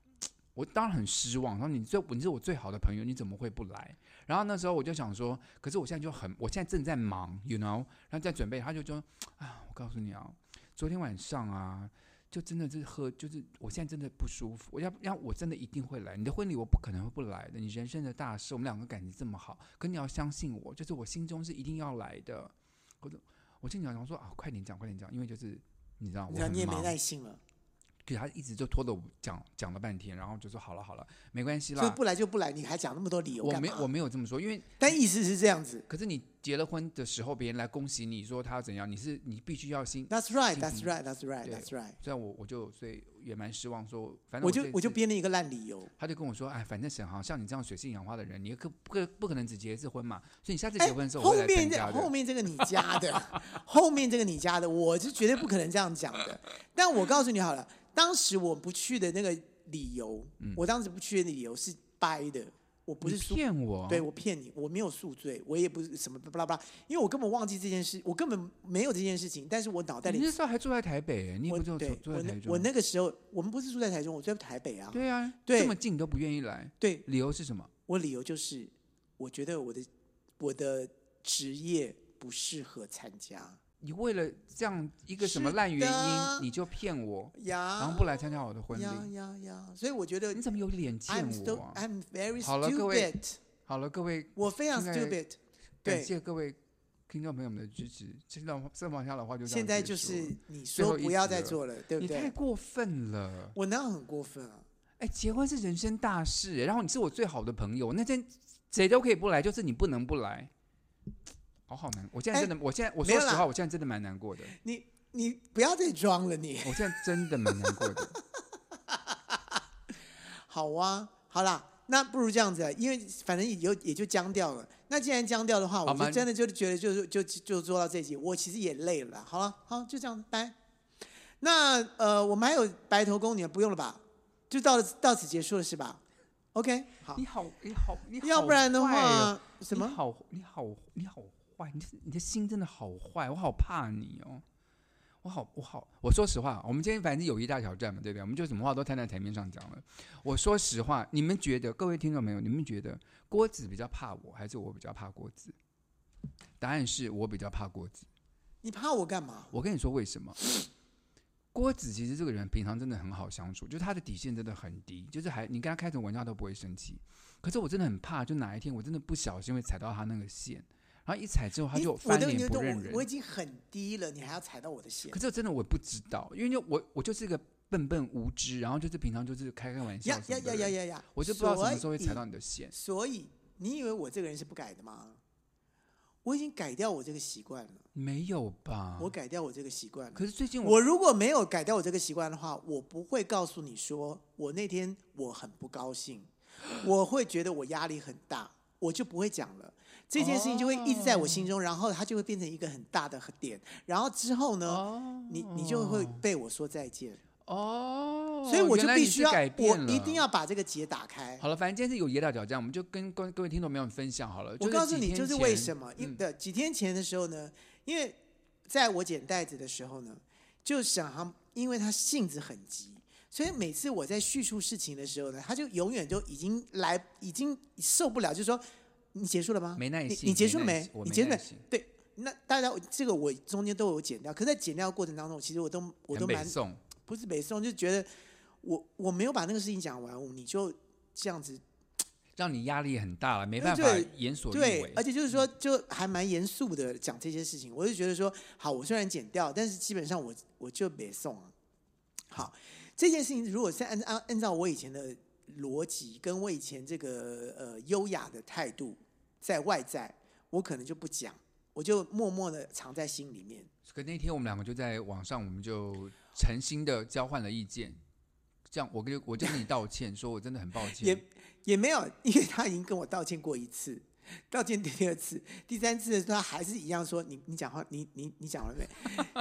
[SPEAKER 2] 我当然很失望。然后你最你是我最好的朋友，你怎么会不来？然后那时候我就想说，可是我现在就很，我现在正在忙，you know，然后在准备。他就说：“啊，我告诉你啊，昨天晚上啊。”就真的是喝，就是我现在真的不舒服。我要要我真的一定会来，你的婚礼我不可能会不来的。你人生的大事，我们两个感情这么好，可你要相信我，就是我心中是一定要来的。我就我心里想说啊，快点讲，快点讲，因为就是你知道我
[SPEAKER 3] 你看
[SPEAKER 2] 很
[SPEAKER 3] 你也没
[SPEAKER 2] 忙，
[SPEAKER 3] 耐心了，
[SPEAKER 2] 对他一直就拖着我讲讲了半天，然后就说好了好了，没关系
[SPEAKER 3] 所以
[SPEAKER 2] 啦。
[SPEAKER 3] 不来就不来，你还讲那么多理由
[SPEAKER 2] 我
[SPEAKER 3] 干
[SPEAKER 2] 没
[SPEAKER 3] 嘛？
[SPEAKER 2] 我没有这么说，因为
[SPEAKER 3] 但意思是这样子。
[SPEAKER 2] 可是你结了婚的时候，别人来恭喜你说他怎样，你是你必须要心。
[SPEAKER 3] That's right, that's
[SPEAKER 2] 嗯
[SPEAKER 3] right, that's right,
[SPEAKER 2] 对
[SPEAKER 3] that's right。
[SPEAKER 2] 虽然我我就所以也蛮失望说，反正
[SPEAKER 3] 我就
[SPEAKER 2] 这
[SPEAKER 3] 我就
[SPEAKER 2] 次
[SPEAKER 3] 编了一个烂理由。
[SPEAKER 2] 他就跟我说：“哎，反正沈航像你这样水性杨花的人，你可不可不可能只结一次婚嘛？所以你下次
[SPEAKER 3] 哎
[SPEAKER 2] 结婚的时候，我
[SPEAKER 3] 后
[SPEAKER 2] 会来参
[SPEAKER 3] 面
[SPEAKER 2] 加
[SPEAKER 3] 这后
[SPEAKER 2] 的。
[SPEAKER 3] 面这个你加的， 后面这个你加的，我是绝对不可能这样讲的。但我告诉你好了，当时我不去的那个理由，我当时不去的理由是掰的，我不是
[SPEAKER 2] 嗯你
[SPEAKER 3] 说
[SPEAKER 2] 骗哦我，
[SPEAKER 3] 对，我骗你，我没有宿醉，我也不是什么巴拉巴拉，因为我根本忘记这件事，我根本没有这件事情，但是我脑袋
[SPEAKER 2] 你
[SPEAKER 3] 里
[SPEAKER 2] 那时候还住在台北，你也
[SPEAKER 3] 我
[SPEAKER 2] 不就
[SPEAKER 3] 对
[SPEAKER 2] 住住
[SPEAKER 3] 我
[SPEAKER 2] 在台
[SPEAKER 3] 那
[SPEAKER 2] 中？
[SPEAKER 3] 我那个时候，我们不是住在台中，我住在台北啊。
[SPEAKER 2] 对啊，
[SPEAKER 3] 对
[SPEAKER 2] 这么近你都不愿意来，
[SPEAKER 3] 对
[SPEAKER 2] 理由是什么？
[SPEAKER 3] 我理由就是，我觉得我的我的职业不适合参加
[SPEAKER 2] 你为了这样一个什么
[SPEAKER 3] 是
[SPEAKER 2] 烂原
[SPEAKER 3] 的
[SPEAKER 2] 因，你就骗我，
[SPEAKER 3] 呀，
[SPEAKER 2] 然后不来参加我的婚
[SPEAKER 3] 呀
[SPEAKER 2] 礼，
[SPEAKER 3] 呀呀，所以我觉得
[SPEAKER 2] 你怎么有脸
[SPEAKER 3] I'm
[SPEAKER 2] 见
[SPEAKER 3] so
[SPEAKER 2] 我啊？
[SPEAKER 3] I'm very
[SPEAKER 2] 好了各位
[SPEAKER 3] stupid，
[SPEAKER 2] 好了，各位，
[SPEAKER 3] 我非常
[SPEAKER 2] 现在
[SPEAKER 3] stupid。
[SPEAKER 2] 感
[SPEAKER 3] 对，
[SPEAKER 2] 谢各位听众朋友们的支持。这段这往下的话就这样
[SPEAKER 3] 现在
[SPEAKER 2] 结
[SPEAKER 3] 就
[SPEAKER 2] 束
[SPEAKER 3] 是
[SPEAKER 2] 了
[SPEAKER 3] 你
[SPEAKER 2] 最
[SPEAKER 3] 说
[SPEAKER 2] 后一
[SPEAKER 3] 不要
[SPEAKER 2] 集
[SPEAKER 3] 再
[SPEAKER 2] 了
[SPEAKER 3] 做了，对不
[SPEAKER 2] 你太
[SPEAKER 3] 对？
[SPEAKER 2] 过分了。
[SPEAKER 3] 我哪有很过分啊？
[SPEAKER 2] 哎，结婚是人生大事哎耶，然后你是我最好的朋友，那天谁都可以不来，就是你不能不来，好好难。我现在真的，我现在我
[SPEAKER 3] 哎没有
[SPEAKER 2] 说实
[SPEAKER 3] 啦
[SPEAKER 2] 话，我现在真的蛮难过的，
[SPEAKER 3] 你你不要再装了你，
[SPEAKER 2] 我现在真的蛮难过的。
[SPEAKER 3] 好啊，好啦，那不如这样子啊，因为反正也就也就僵掉了。那既然僵掉的话，我
[SPEAKER 2] 好
[SPEAKER 3] 就
[SPEAKER 2] 吧
[SPEAKER 3] 真的就觉得就就就就做到这集，我其实也累了啦。好了，好就这样，拜。那呃，我们还有白头宫女啊不用了吧？就到到此结束了是吧？OK，好
[SPEAKER 2] 你，好，你好，你好
[SPEAKER 3] 要不然的
[SPEAKER 2] 坏哦，
[SPEAKER 3] 话什
[SPEAKER 2] 你
[SPEAKER 3] 么？
[SPEAKER 2] 好，你好，你好坏，你这你的心真的好坏，我好怕你哦。我好，我好，我说实话，我们今天反正友谊大挑战嘛，对不对？我们就什么话都摊在台面上讲了。我说实话，你们觉得，各位听众朋友，你们觉得郭子比较怕我，还是我比较怕郭子？答案是我比较怕郭子。
[SPEAKER 3] 你怕我干嘛？
[SPEAKER 2] 我跟你说为什么？郭子其实这个人平常真的很好相处，就是他的底线真的很低，就是还你跟他开什么玩笑都不会生气。可是我真的很怕，就哪一天我真的不小心会踩到他那个线，然后一踩之后他
[SPEAKER 3] 你
[SPEAKER 2] 就
[SPEAKER 3] 我
[SPEAKER 2] 翻
[SPEAKER 3] 都
[SPEAKER 2] 脸
[SPEAKER 3] 我
[SPEAKER 2] 不
[SPEAKER 3] 都
[SPEAKER 2] 认
[SPEAKER 3] 我我已
[SPEAKER 2] 人。
[SPEAKER 3] 经很低了，你还要踩到我的线
[SPEAKER 2] 可？是真的我不知道，因为就我我就是一个笨笨无知，然后就是平常就是开开玩笑
[SPEAKER 3] 呀
[SPEAKER 2] 什
[SPEAKER 3] 呀
[SPEAKER 2] 么的
[SPEAKER 3] 呀呀
[SPEAKER 2] 人
[SPEAKER 3] 呀呀！
[SPEAKER 2] 我就不知道什么时候会
[SPEAKER 3] 所
[SPEAKER 2] 踩
[SPEAKER 3] 以
[SPEAKER 2] 到你的线。
[SPEAKER 3] 所以你以为我这个人是不改的吗？我已经改掉我这个习惯了，
[SPEAKER 2] 没有吧？
[SPEAKER 3] 我改掉我这个习惯了。
[SPEAKER 2] 啊可是最近我
[SPEAKER 3] 我如果没有改掉我这个习惯的话，我不会告诉你说我那天我很不高 兴，我会觉得我压力很大，我就不会讲了。这件事情就会一直在我心
[SPEAKER 2] 哦
[SPEAKER 3] 中，然后它就会变成一个很大的点，然后之后呢，
[SPEAKER 2] 哦
[SPEAKER 3] 你你就会被我说再见，
[SPEAKER 2] 哦，
[SPEAKER 3] 所以我就
[SPEAKER 2] 原来
[SPEAKER 3] 必
[SPEAKER 2] 你是
[SPEAKER 3] 须要
[SPEAKER 2] 改
[SPEAKER 3] 我
[SPEAKER 2] 变了，
[SPEAKER 3] 一定要把这个结打开。
[SPEAKER 2] 好了，反正今天是有野岛挑战，我们就跟各各位听众朋友们分享好了。
[SPEAKER 3] 我告诉你，就是为什
[SPEAKER 2] 么？
[SPEAKER 3] 么？因
[SPEAKER 2] 嗯
[SPEAKER 3] 的几天前的时候呢，因为在我剪带子的时候呢，就沈航，因为他性子很急，所以每次我在叙述事情的时候呢，他就永远就已经来，已经受不了，就说你结束了吗？
[SPEAKER 2] 没耐
[SPEAKER 3] 你
[SPEAKER 2] 心
[SPEAKER 3] 你结束了
[SPEAKER 2] 没耐
[SPEAKER 3] 没
[SPEAKER 2] 心我？
[SPEAKER 3] 你
[SPEAKER 2] 没
[SPEAKER 3] 结束了
[SPEAKER 2] 耐
[SPEAKER 3] 没
[SPEAKER 2] 心？
[SPEAKER 3] 对，那大家这个我中间都有剪掉，可是在剪掉的过程当中，其实我都我都
[SPEAKER 2] 很北
[SPEAKER 3] 蛮
[SPEAKER 2] 宋，
[SPEAKER 3] 不是北宋，就觉得我我没有把那个事情讲完，你就这样子
[SPEAKER 2] 让你压力很大了，没
[SPEAKER 3] 因为
[SPEAKER 2] 办法
[SPEAKER 3] 这个
[SPEAKER 2] 严所欲
[SPEAKER 3] 呃对
[SPEAKER 2] 为，。
[SPEAKER 3] 而且就是说，就还蛮严肃的讲这些事情。我就觉得说，好，我虽然剪掉，但是基本上我我就北宋啊。好，这件事情如果是按按按照我以前的逻辑，跟我以前这个呃优雅的态度，在外在，我可能就不讲，我就默默的藏在心里面。
[SPEAKER 2] 可那天我们两个就在网上，我们就诚心的交换了意见。这样，我跟我就跟你道歉，说我真的很抱
[SPEAKER 3] 也
[SPEAKER 2] 歉。
[SPEAKER 3] 也没有，因为他已经跟我道歉过一次，道歉第二次、第三次的时候，他还是一样说你你讲话，你你你讲完没？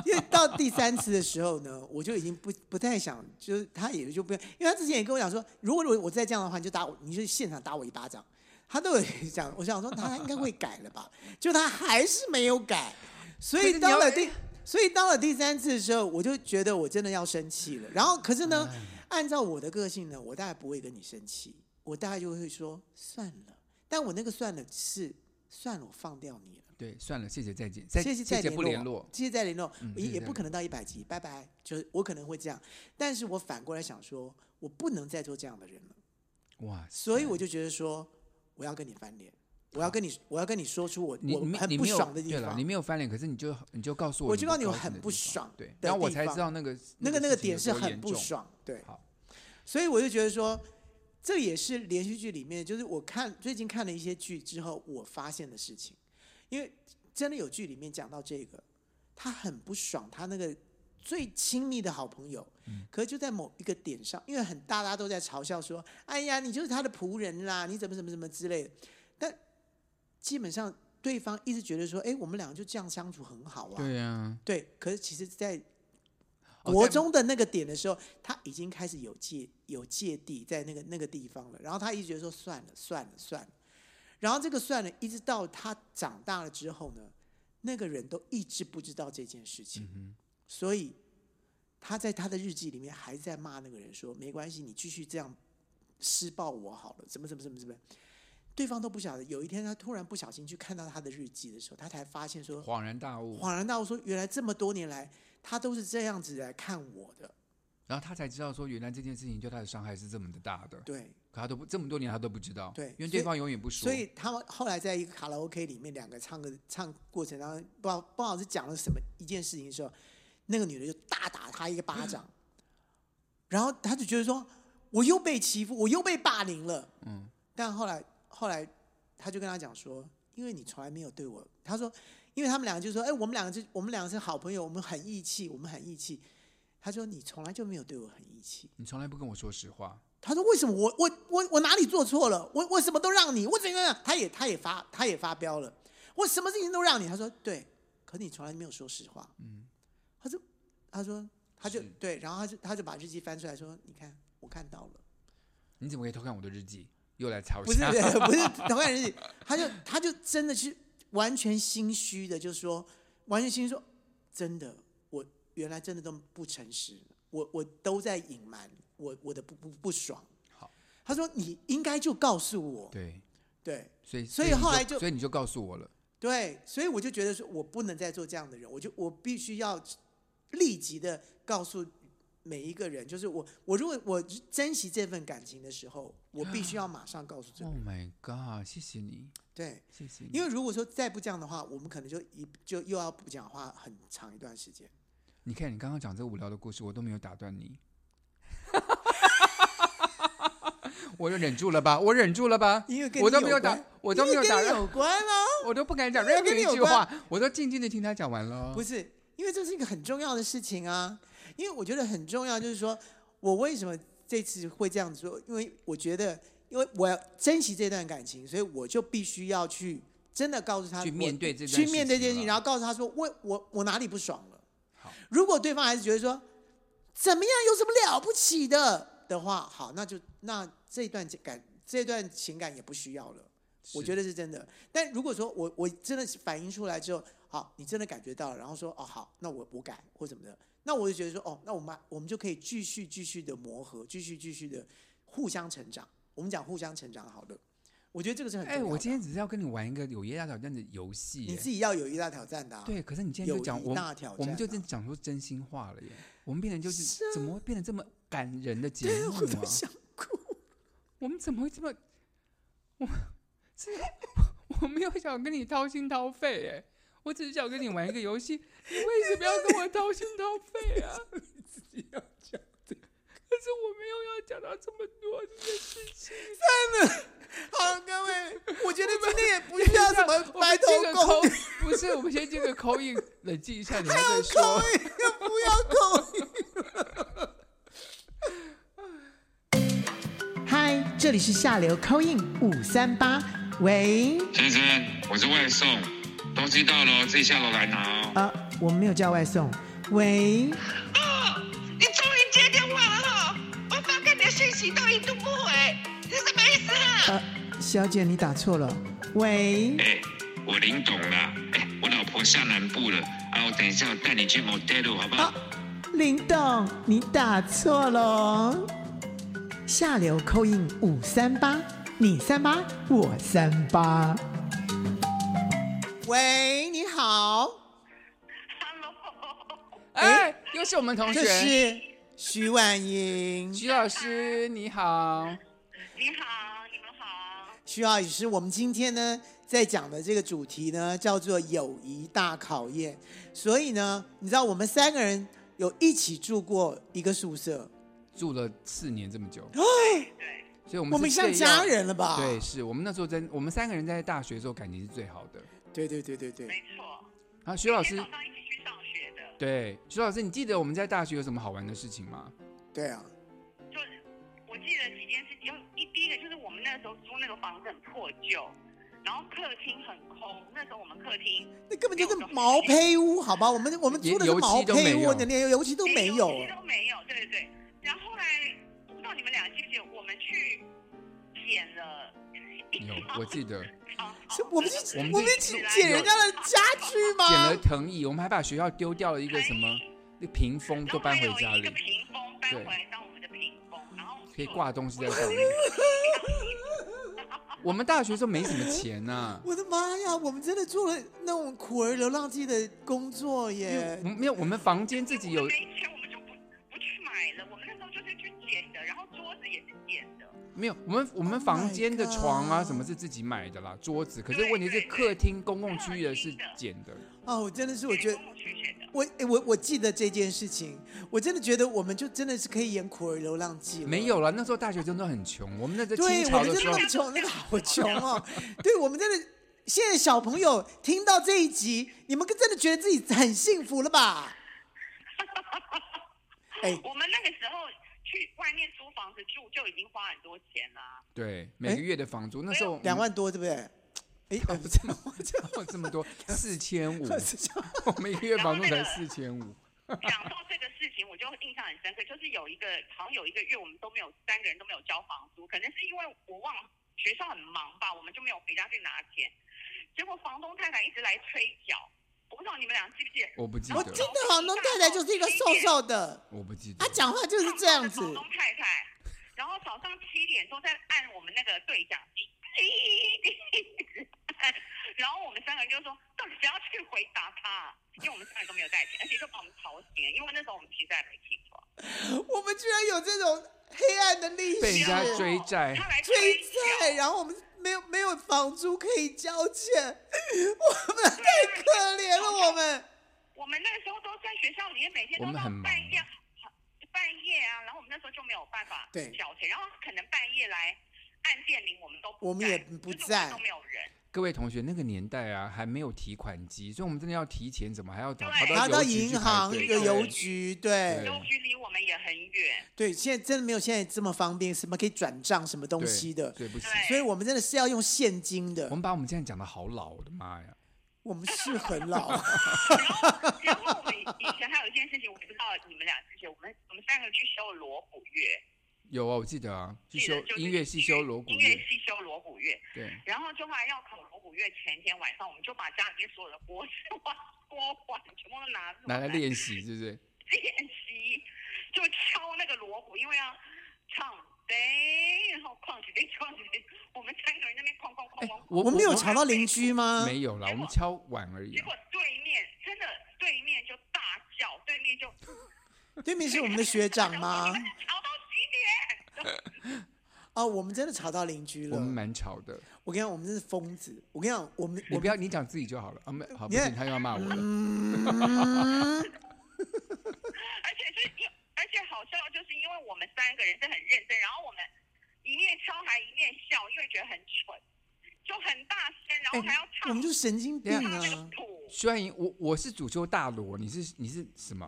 [SPEAKER 3] 因为到第三次的时候呢，我就已经不不太想，就是他也就不，因为他之前也跟我讲说，如果我我再这样的话，你就打我，你就现场打我一巴掌。他都有讲，我想说他应该会改了吧，就他还是没有改，所
[SPEAKER 2] 可
[SPEAKER 3] 以
[SPEAKER 2] 是你
[SPEAKER 3] 到
[SPEAKER 2] 要
[SPEAKER 3] 了第，所以到了第三次的时候，我就觉得我真的要生气了。然后，可是呢，按照我的个性呢，我大概不会跟你生气，我大概就会说算了。但我那个算了是算了，我放掉你了，
[SPEAKER 2] 对，算了，谢谢，再见，再
[SPEAKER 3] 谢
[SPEAKER 2] 谢
[SPEAKER 3] 再
[SPEAKER 2] 谢
[SPEAKER 3] 联
[SPEAKER 2] 不联络。
[SPEAKER 3] 谢谢再联络，
[SPEAKER 2] 嗯
[SPEAKER 3] 也
[SPEAKER 2] 谢谢
[SPEAKER 3] 也
[SPEAKER 2] 再
[SPEAKER 3] 不可能到一百集，拜拜。就是我可能会这样，但是我反过来想说，我不能再做这样的人了。
[SPEAKER 2] 哇，
[SPEAKER 3] 所以我就觉得说，我要跟你翻脸，我要跟你，我要跟你说出我
[SPEAKER 2] 你
[SPEAKER 3] 我
[SPEAKER 2] 你
[SPEAKER 3] 很
[SPEAKER 2] 你
[SPEAKER 3] 不
[SPEAKER 2] 没有
[SPEAKER 3] 爽的地
[SPEAKER 2] 对了，
[SPEAKER 3] 方
[SPEAKER 2] 你。没有翻脸，可是你就你就告诉我，
[SPEAKER 3] 我就告诉你
[SPEAKER 2] 我
[SPEAKER 3] 我很不爽
[SPEAKER 2] 对，
[SPEAKER 3] 的
[SPEAKER 2] 然后我
[SPEAKER 3] 地
[SPEAKER 2] 才知
[SPEAKER 3] 方
[SPEAKER 2] 道那个
[SPEAKER 3] 那个那个
[SPEAKER 2] 事情有
[SPEAKER 3] 点是
[SPEAKER 2] 多
[SPEAKER 3] 很
[SPEAKER 2] 严
[SPEAKER 3] 不
[SPEAKER 2] 重。
[SPEAKER 3] 爽，对
[SPEAKER 2] 好。
[SPEAKER 3] 所以我就觉得说，这也是连续剧里面，就是我看最近看了一些剧之后，我发现的事情，因为真的有剧里面讲到这个，他很不爽，他那个最亲密的好朋友，
[SPEAKER 2] 嗯
[SPEAKER 3] 可是就在某一个点上，因为很大大家都在嘲笑说，哎呀，你就是他的仆人啦，你怎么怎么怎么之类的，但基本上对方一直觉得说，哎，我们两个就这样相处很好啊，
[SPEAKER 2] 对呀，
[SPEAKER 3] 对，可是其实，在
[SPEAKER 2] 嗯哦
[SPEAKER 3] 国
[SPEAKER 2] 在
[SPEAKER 3] 中的那个点的时候，他已经开始有芥有芥蒂在那个那个地方了。然后他一直觉得说算了算了算了，然后这个算了，一直到他长大了之后呢，那个人都一直不知道这件事情，
[SPEAKER 2] 嗯
[SPEAKER 3] 所以他在他的日记里面还在骂那个人说没关系，你继续这样施暴我好了，怎么怎么怎么怎么。对方都不晓得。有一天，他突然不小心去看到他的日记的时候，他才发现说，
[SPEAKER 2] 恍然大悟，
[SPEAKER 3] 恍然大悟说，原来这么多年来，他都是这样子来看我的。
[SPEAKER 2] 然后他才知道说，原来这件事情对他的伤害是这么的大的，
[SPEAKER 3] 对，
[SPEAKER 2] 可他都不这么多年他都不知道，
[SPEAKER 3] 对
[SPEAKER 2] 因
[SPEAKER 3] 所
[SPEAKER 2] 为
[SPEAKER 3] 以
[SPEAKER 2] 对方永远不说
[SPEAKER 3] 所。以他们后来在一个卡拉 OK 里面，两个唱歌唱过程当中，不好不好是讲了什么一件事情的时候，那个女的就大打他一个巴掌，然后他就觉得说，我又被欺负，我又被霸凌了。
[SPEAKER 2] 嗯，
[SPEAKER 3] 但后来后来他就跟他讲说，因为你从来没有对我，他说，因为他们两个就说，哎，我们两个就我们两个是好朋友，我们很义气，我们很义气。他说你从来就没有对我很义气。
[SPEAKER 2] 你从来不跟我说实话，
[SPEAKER 3] 他说：“为什么我我我我哪里做错了？我我什么都让你，我怎样样？”他也他也发他也发飙了，我什么事情都让你。他说：“对，可你从来没有说实话。”嗯，他说他说他就是对，然后他就他就把日记翻出来说：“你看，我看到了，
[SPEAKER 2] 你怎么可以偷看我的日记？又来吵
[SPEAKER 3] 不是
[SPEAKER 2] 架？
[SPEAKER 3] 不是同感日记。”他就他就真的去完全心虚的，就说完全心虚说：“真的，我原来真的都不诚实，我我都在隐瞒我我的不不不爽。”
[SPEAKER 2] 好，
[SPEAKER 3] 他说：“你应该就告诉我。”
[SPEAKER 2] 对，
[SPEAKER 3] 对
[SPEAKER 2] 所以
[SPEAKER 3] 所以
[SPEAKER 2] 你
[SPEAKER 3] 后来就
[SPEAKER 2] 所以你就告诉我了，
[SPEAKER 3] 对，所以我就觉得说，我不能再做这样的人，我就我必须要立即的告诉每一个人，就是我我如果我珍惜这份感情的时候，我必须要马上告诉这个
[SPEAKER 2] ，Oh
[SPEAKER 3] 人。
[SPEAKER 2] my god，谢谢你，
[SPEAKER 3] 对，
[SPEAKER 2] 谢谢你，
[SPEAKER 3] 因为如果说再不这样的话，我们可能就一就又要不讲话很长一段时间。
[SPEAKER 2] 你看你刚刚讲这个无聊的故事，我都没有打断你， 我就忍住了吧，我忍住了吧
[SPEAKER 3] 因为跟，
[SPEAKER 2] 我
[SPEAKER 3] 你
[SPEAKER 2] 都没
[SPEAKER 3] 有
[SPEAKER 2] 有打
[SPEAKER 3] 关，
[SPEAKER 2] 我都没
[SPEAKER 3] 因
[SPEAKER 2] 有
[SPEAKER 3] 为
[SPEAKER 2] 打
[SPEAKER 3] 跟你
[SPEAKER 2] 断，
[SPEAKER 3] 有关 啊，
[SPEAKER 2] 我都不敢讲
[SPEAKER 3] 因为
[SPEAKER 2] 任何
[SPEAKER 3] 跟你
[SPEAKER 2] 一
[SPEAKER 3] 有
[SPEAKER 2] 句话，我都静静的听他讲完了
[SPEAKER 3] 不。是，因为这是一个很重要的事情啊。因为我觉得很重要，就是说我为什么这次会这样子做，因为我觉得，因为我要珍惜这段感情，所以我就必须要去真的告诉他，
[SPEAKER 2] 去
[SPEAKER 3] 我
[SPEAKER 2] 面对这段
[SPEAKER 3] 去面对这
[SPEAKER 2] 事情啊
[SPEAKER 3] 件事情，
[SPEAKER 2] 了
[SPEAKER 3] 然后告诉他说，我我我哪里不爽了。
[SPEAKER 2] 好，
[SPEAKER 3] 如果对方还是觉得说怎么样有什么了不起的的话，好，那就那这段情感这段情感也不需要了。我
[SPEAKER 2] 是
[SPEAKER 3] 觉得是真的。但如果说我我真的反映出来之后，好，你真的感觉到了，然后说哦好，那我我改或什么的，那我就觉得说哦，那我们我们就可以继续继续的磨合，继续继续的互相成长。我们讲互相成长好了，我觉得这个是很重
[SPEAKER 2] 哎，
[SPEAKER 3] 要的。
[SPEAKER 2] 我今天只是要跟你玩一个友谊大挑战的游戏
[SPEAKER 3] 你
[SPEAKER 2] 耶。
[SPEAKER 3] 自己要有一大挑战的、啊，，
[SPEAKER 2] 对，可是你今天
[SPEAKER 3] 友
[SPEAKER 2] 就讲
[SPEAKER 3] 谊
[SPEAKER 2] 我们，
[SPEAKER 3] 大挑战啊、啊
[SPEAKER 2] 我们就真讲出真心话了耶。我们变成就是怎么会变得这么感 人的节目
[SPEAKER 3] 我都
[SPEAKER 2] 啊？
[SPEAKER 3] 想哭。
[SPEAKER 2] 我们怎么会这么，我们是，我没有想跟你掏心掏肺哎，我只是想跟你玩一个游戏，你为什么要跟我掏心掏肺啊？你自己要讲可是我没有要讲到这么多这件事情，
[SPEAKER 3] 好，各位，我觉得今天也不需要什么
[SPEAKER 2] 我
[SPEAKER 3] 白
[SPEAKER 2] 们
[SPEAKER 3] 头
[SPEAKER 2] 这个
[SPEAKER 3] 公
[SPEAKER 2] 口
[SPEAKER 3] 主，
[SPEAKER 2] 不是，我们先这个口音冷静一下，你还
[SPEAKER 3] 不
[SPEAKER 2] 在
[SPEAKER 3] 要
[SPEAKER 2] 说。
[SPEAKER 3] 口音， 不要口音。嗨，这里是下流 c i n 五三八，喂，
[SPEAKER 4] 先生，我是外送，东西到了自己下楼来拿哦。
[SPEAKER 3] 啊，我们没有叫外送，喂，
[SPEAKER 5] 哦，你终于接电话了哈、我发给你的讯息都一度不回，你什么意思啊？
[SPEAKER 3] 呃，小姐你打错了，喂，
[SPEAKER 4] 哎、我林董啦，哎、我老婆下南部了，啊，我等一下我带你去 motel 好不好？
[SPEAKER 3] 啊，林董，你打错了哦。下流扣印五三八，你三八，我三八。喂，你好，
[SPEAKER 2] 哎，又是我们同
[SPEAKER 3] 这
[SPEAKER 2] 学，
[SPEAKER 3] 是徐婉莹。
[SPEAKER 2] 徐老师你好。
[SPEAKER 5] 你好，你们好。
[SPEAKER 3] 徐老师，我们今天呢在讲的这个主题呢叫做友谊大考验，所以呢，你知道我们三个人有一起住过一个宿舍，
[SPEAKER 2] 住了四年这么久，所以我们
[SPEAKER 3] 我们
[SPEAKER 2] 是
[SPEAKER 3] 像
[SPEAKER 2] 最要
[SPEAKER 3] 家。人了吧？
[SPEAKER 2] 对，是我们那时候真，我们三个人在大学的时候感情是最好的。
[SPEAKER 3] 对对对对对。
[SPEAKER 5] 没错，
[SPEAKER 2] 然后徐老师
[SPEAKER 5] 早，上一起去上学的，
[SPEAKER 2] 对徐老师，你记得我们在大学有什么好玩的事情吗？
[SPEAKER 3] 对啊，
[SPEAKER 5] 就是我记得几件事情，就一第一个就是我们那时候租那个房子很破旧，然后客厅很空，那时候我们客厅
[SPEAKER 3] 那根本就是毛坯屋，好吧？我们我们租的是
[SPEAKER 2] 连油漆
[SPEAKER 3] 毛
[SPEAKER 2] 都没
[SPEAKER 3] 坯屋，
[SPEAKER 2] 有
[SPEAKER 3] 你连油漆都没
[SPEAKER 2] 啊
[SPEAKER 3] 有。
[SPEAKER 5] 连油漆都没有，对对对。然后后来不知道你们俩记不记得，我们去捡了一
[SPEAKER 2] 有
[SPEAKER 5] 张，
[SPEAKER 2] 我记得
[SPEAKER 5] 长
[SPEAKER 3] 是
[SPEAKER 5] 草
[SPEAKER 3] 我们是
[SPEAKER 2] 我们
[SPEAKER 3] 我们
[SPEAKER 2] 是
[SPEAKER 3] 去捡人家的家具
[SPEAKER 2] 捡了
[SPEAKER 3] 吗？
[SPEAKER 2] 藤椅，我们还把学校丢掉了一个什么那屏风，
[SPEAKER 5] 然
[SPEAKER 2] 都
[SPEAKER 5] 后
[SPEAKER 2] 搬
[SPEAKER 5] 还
[SPEAKER 2] 回
[SPEAKER 5] 有
[SPEAKER 2] 家里
[SPEAKER 5] 一个，屏风搬
[SPEAKER 2] 对
[SPEAKER 5] 回来当我们的屏风，然后
[SPEAKER 2] 可以挂东西在上面。我们大学的时候没什么钱啊呐、
[SPEAKER 3] 我的妈呀！我们真的做了那种苦儿流浪记的工作耶
[SPEAKER 2] 我！们没有，我们房间 自己
[SPEAKER 5] 我
[SPEAKER 2] 有
[SPEAKER 5] 们，没钱，我们就不不去买了。我们那时候就是去捡的，然后桌子也是捡的。
[SPEAKER 2] 没有，我们我们
[SPEAKER 3] Oh my
[SPEAKER 2] 房间的床啊
[SPEAKER 3] God
[SPEAKER 2] 什么是自己买的啦，桌子。可是
[SPEAKER 5] 对
[SPEAKER 2] 问题是
[SPEAKER 5] 对对
[SPEAKER 2] 客厅公共区域的是
[SPEAKER 5] 客厅的
[SPEAKER 2] 捡的，
[SPEAKER 3] 哦，我真的是，我觉得
[SPEAKER 5] 跟我去捡的。
[SPEAKER 3] 我诶我我记得这件事情，我真的觉得我们就真的是可以演苦儿流浪记了。
[SPEAKER 2] 没有了，那时候大学生都很穷，我们那在
[SPEAKER 3] 对我
[SPEAKER 2] 清，朝
[SPEAKER 3] 们真
[SPEAKER 2] 的时
[SPEAKER 3] 的
[SPEAKER 2] 候
[SPEAKER 3] 很穷，那个好穷哦。 对，我们真的，现在小朋友听到这一集，你们真的觉得自己很幸福了吧？哎，
[SPEAKER 5] 我们那个时候去外面租房子住，就已经花很多钱啦。
[SPEAKER 2] 对每个月的房租，那时候
[SPEAKER 3] 哎两万多对不对？哎，呃不是， 我这样
[SPEAKER 2] 我们这么多， 四千 五，
[SPEAKER 3] 是这样
[SPEAKER 2] 我们一个月房租 才四千五，
[SPEAKER 5] 讲到这个事情，我就印象很深刻，就是有一个好像有一个月，我们都没有三个人都没有交房租，可能是因为我忘了学校很忙吧，我们就没有回家去拿钱。结果房东太太一直来催缴，我不知道你们俩记不记得？
[SPEAKER 2] 我不记
[SPEAKER 3] 我
[SPEAKER 2] 得
[SPEAKER 3] 记，得房东太太就是一个瘦瘦的，
[SPEAKER 2] 我不记得
[SPEAKER 3] 她，讲话就是这样子
[SPEAKER 5] 房。东太太，然后早上七点钟在按我们那个对讲机，一直按然后我们三个人就说，到底谁要去回答他？啊因为我们三个人都没有带钱，而且就把我们吵醒了，因为那时候我们其实还没起床。
[SPEAKER 3] 我们居然有这种黑暗的历
[SPEAKER 2] 被人
[SPEAKER 3] 史，
[SPEAKER 2] 家追债，
[SPEAKER 5] 他来
[SPEAKER 3] 追
[SPEAKER 5] 缴
[SPEAKER 3] 债，然后我们没有没有房租可以交钱， 我们太可怜了，我们。
[SPEAKER 5] 我们那个时候都在学校里面，每天
[SPEAKER 2] 我
[SPEAKER 5] 都
[SPEAKER 2] 们
[SPEAKER 5] 到
[SPEAKER 2] 很忙
[SPEAKER 5] 半夜，半夜啊，然后我们那时候就没有办法
[SPEAKER 3] 对
[SPEAKER 5] 缴钱，然后可能半夜来按电铃，我们都不
[SPEAKER 3] 我们也
[SPEAKER 5] 在
[SPEAKER 3] 不
[SPEAKER 5] 就是我
[SPEAKER 3] 在
[SPEAKER 5] 们都没有人，
[SPEAKER 2] 各位同学，那个年代啊，还没有提款机，所以我们真的要提钱，怎么还要找
[SPEAKER 5] 对
[SPEAKER 2] 跑
[SPEAKER 3] 拿到
[SPEAKER 2] 邮局去
[SPEAKER 3] 银
[SPEAKER 2] 排
[SPEAKER 3] 行
[SPEAKER 2] 队
[SPEAKER 3] 的
[SPEAKER 2] 对
[SPEAKER 3] 邮局，对
[SPEAKER 5] 邮局离我们也很远。
[SPEAKER 3] 对，现在真的没有现在这么方便，什么可以转账什么东
[SPEAKER 2] 对
[SPEAKER 3] 西的，
[SPEAKER 2] 对不起，
[SPEAKER 5] 对
[SPEAKER 3] 所以我们真的是要用现金的
[SPEAKER 2] 我。们把我们现在讲的好老，我的妈呀！
[SPEAKER 3] 我们是很 老，
[SPEAKER 5] 然后我们以前还有一件事情，我不知道你们俩之前，我们我们三个去修锣鼓乐，
[SPEAKER 2] 有啊，我记得啊，是
[SPEAKER 5] 记
[SPEAKER 2] 修
[SPEAKER 5] 得就是
[SPEAKER 2] 音乐系修锣鼓
[SPEAKER 5] 音乐
[SPEAKER 2] 乐，
[SPEAKER 5] 系修锣鼓乐。
[SPEAKER 2] 对，
[SPEAKER 5] 然后就后来要考锣鼓乐前一天晚上，我们就把家里面所有的锅 碗锅碗全部都拿出
[SPEAKER 2] 拿来练习，是不是？
[SPEAKER 5] 练习，就敲那个锣鼓，因为要唱对，然后逛起来逛起来，我们三个人在那边逛逛逛逛逛。
[SPEAKER 2] 哎我
[SPEAKER 3] 我们有吵到邻居吗？
[SPEAKER 2] 没有啦，
[SPEAKER 5] 结
[SPEAKER 2] 我们
[SPEAKER 5] 果
[SPEAKER 2] 敲碗而已
[SPEAKER 5] 结
[SPEAKER 2] 啊。
[SPEAKER 5] 果对面真的对面就大叫，对面就
[SPEAKER 3] 对面是我们的学长 吗？
[SPEAKER 5] 吵到几点？
[SPEAKER 3] 哦，我们真的吵到邻居
[SPEAKER 2] 我
[SPEAKER 3] 了
[SPEAKER 2] 们。蛮吵的，
[SPEAKER 3] 我跟你讲，我们真是疯子。我跟你讲，我们
[SPEAKER 2] 你
[SPEAKER 3] 我
[SPEAKER 2] 不要你讲自己就好了啊！没好，不
[SPEAKER 3] 你嗯
[SPEAKER 2] 行，他又要骂我了。
[SPEAKER 5] 而且是因，而且好笑，就是因为我们三个人是很认真，然后我们一面敲还一面笑，因为觉得很蠢，就很大声，然后还 要
[SPEAKER 3] 哎我
[SPEAKER 5] 唱
[SPEAKER 3] 们就神经病
[SPEAKER 5] 唱那个
[SPEAKER 3] 啊！
[SPEAKER 5] 谱。
[SPEAKER 2] 徐安莹，我我是主修大罗，你是你是什么？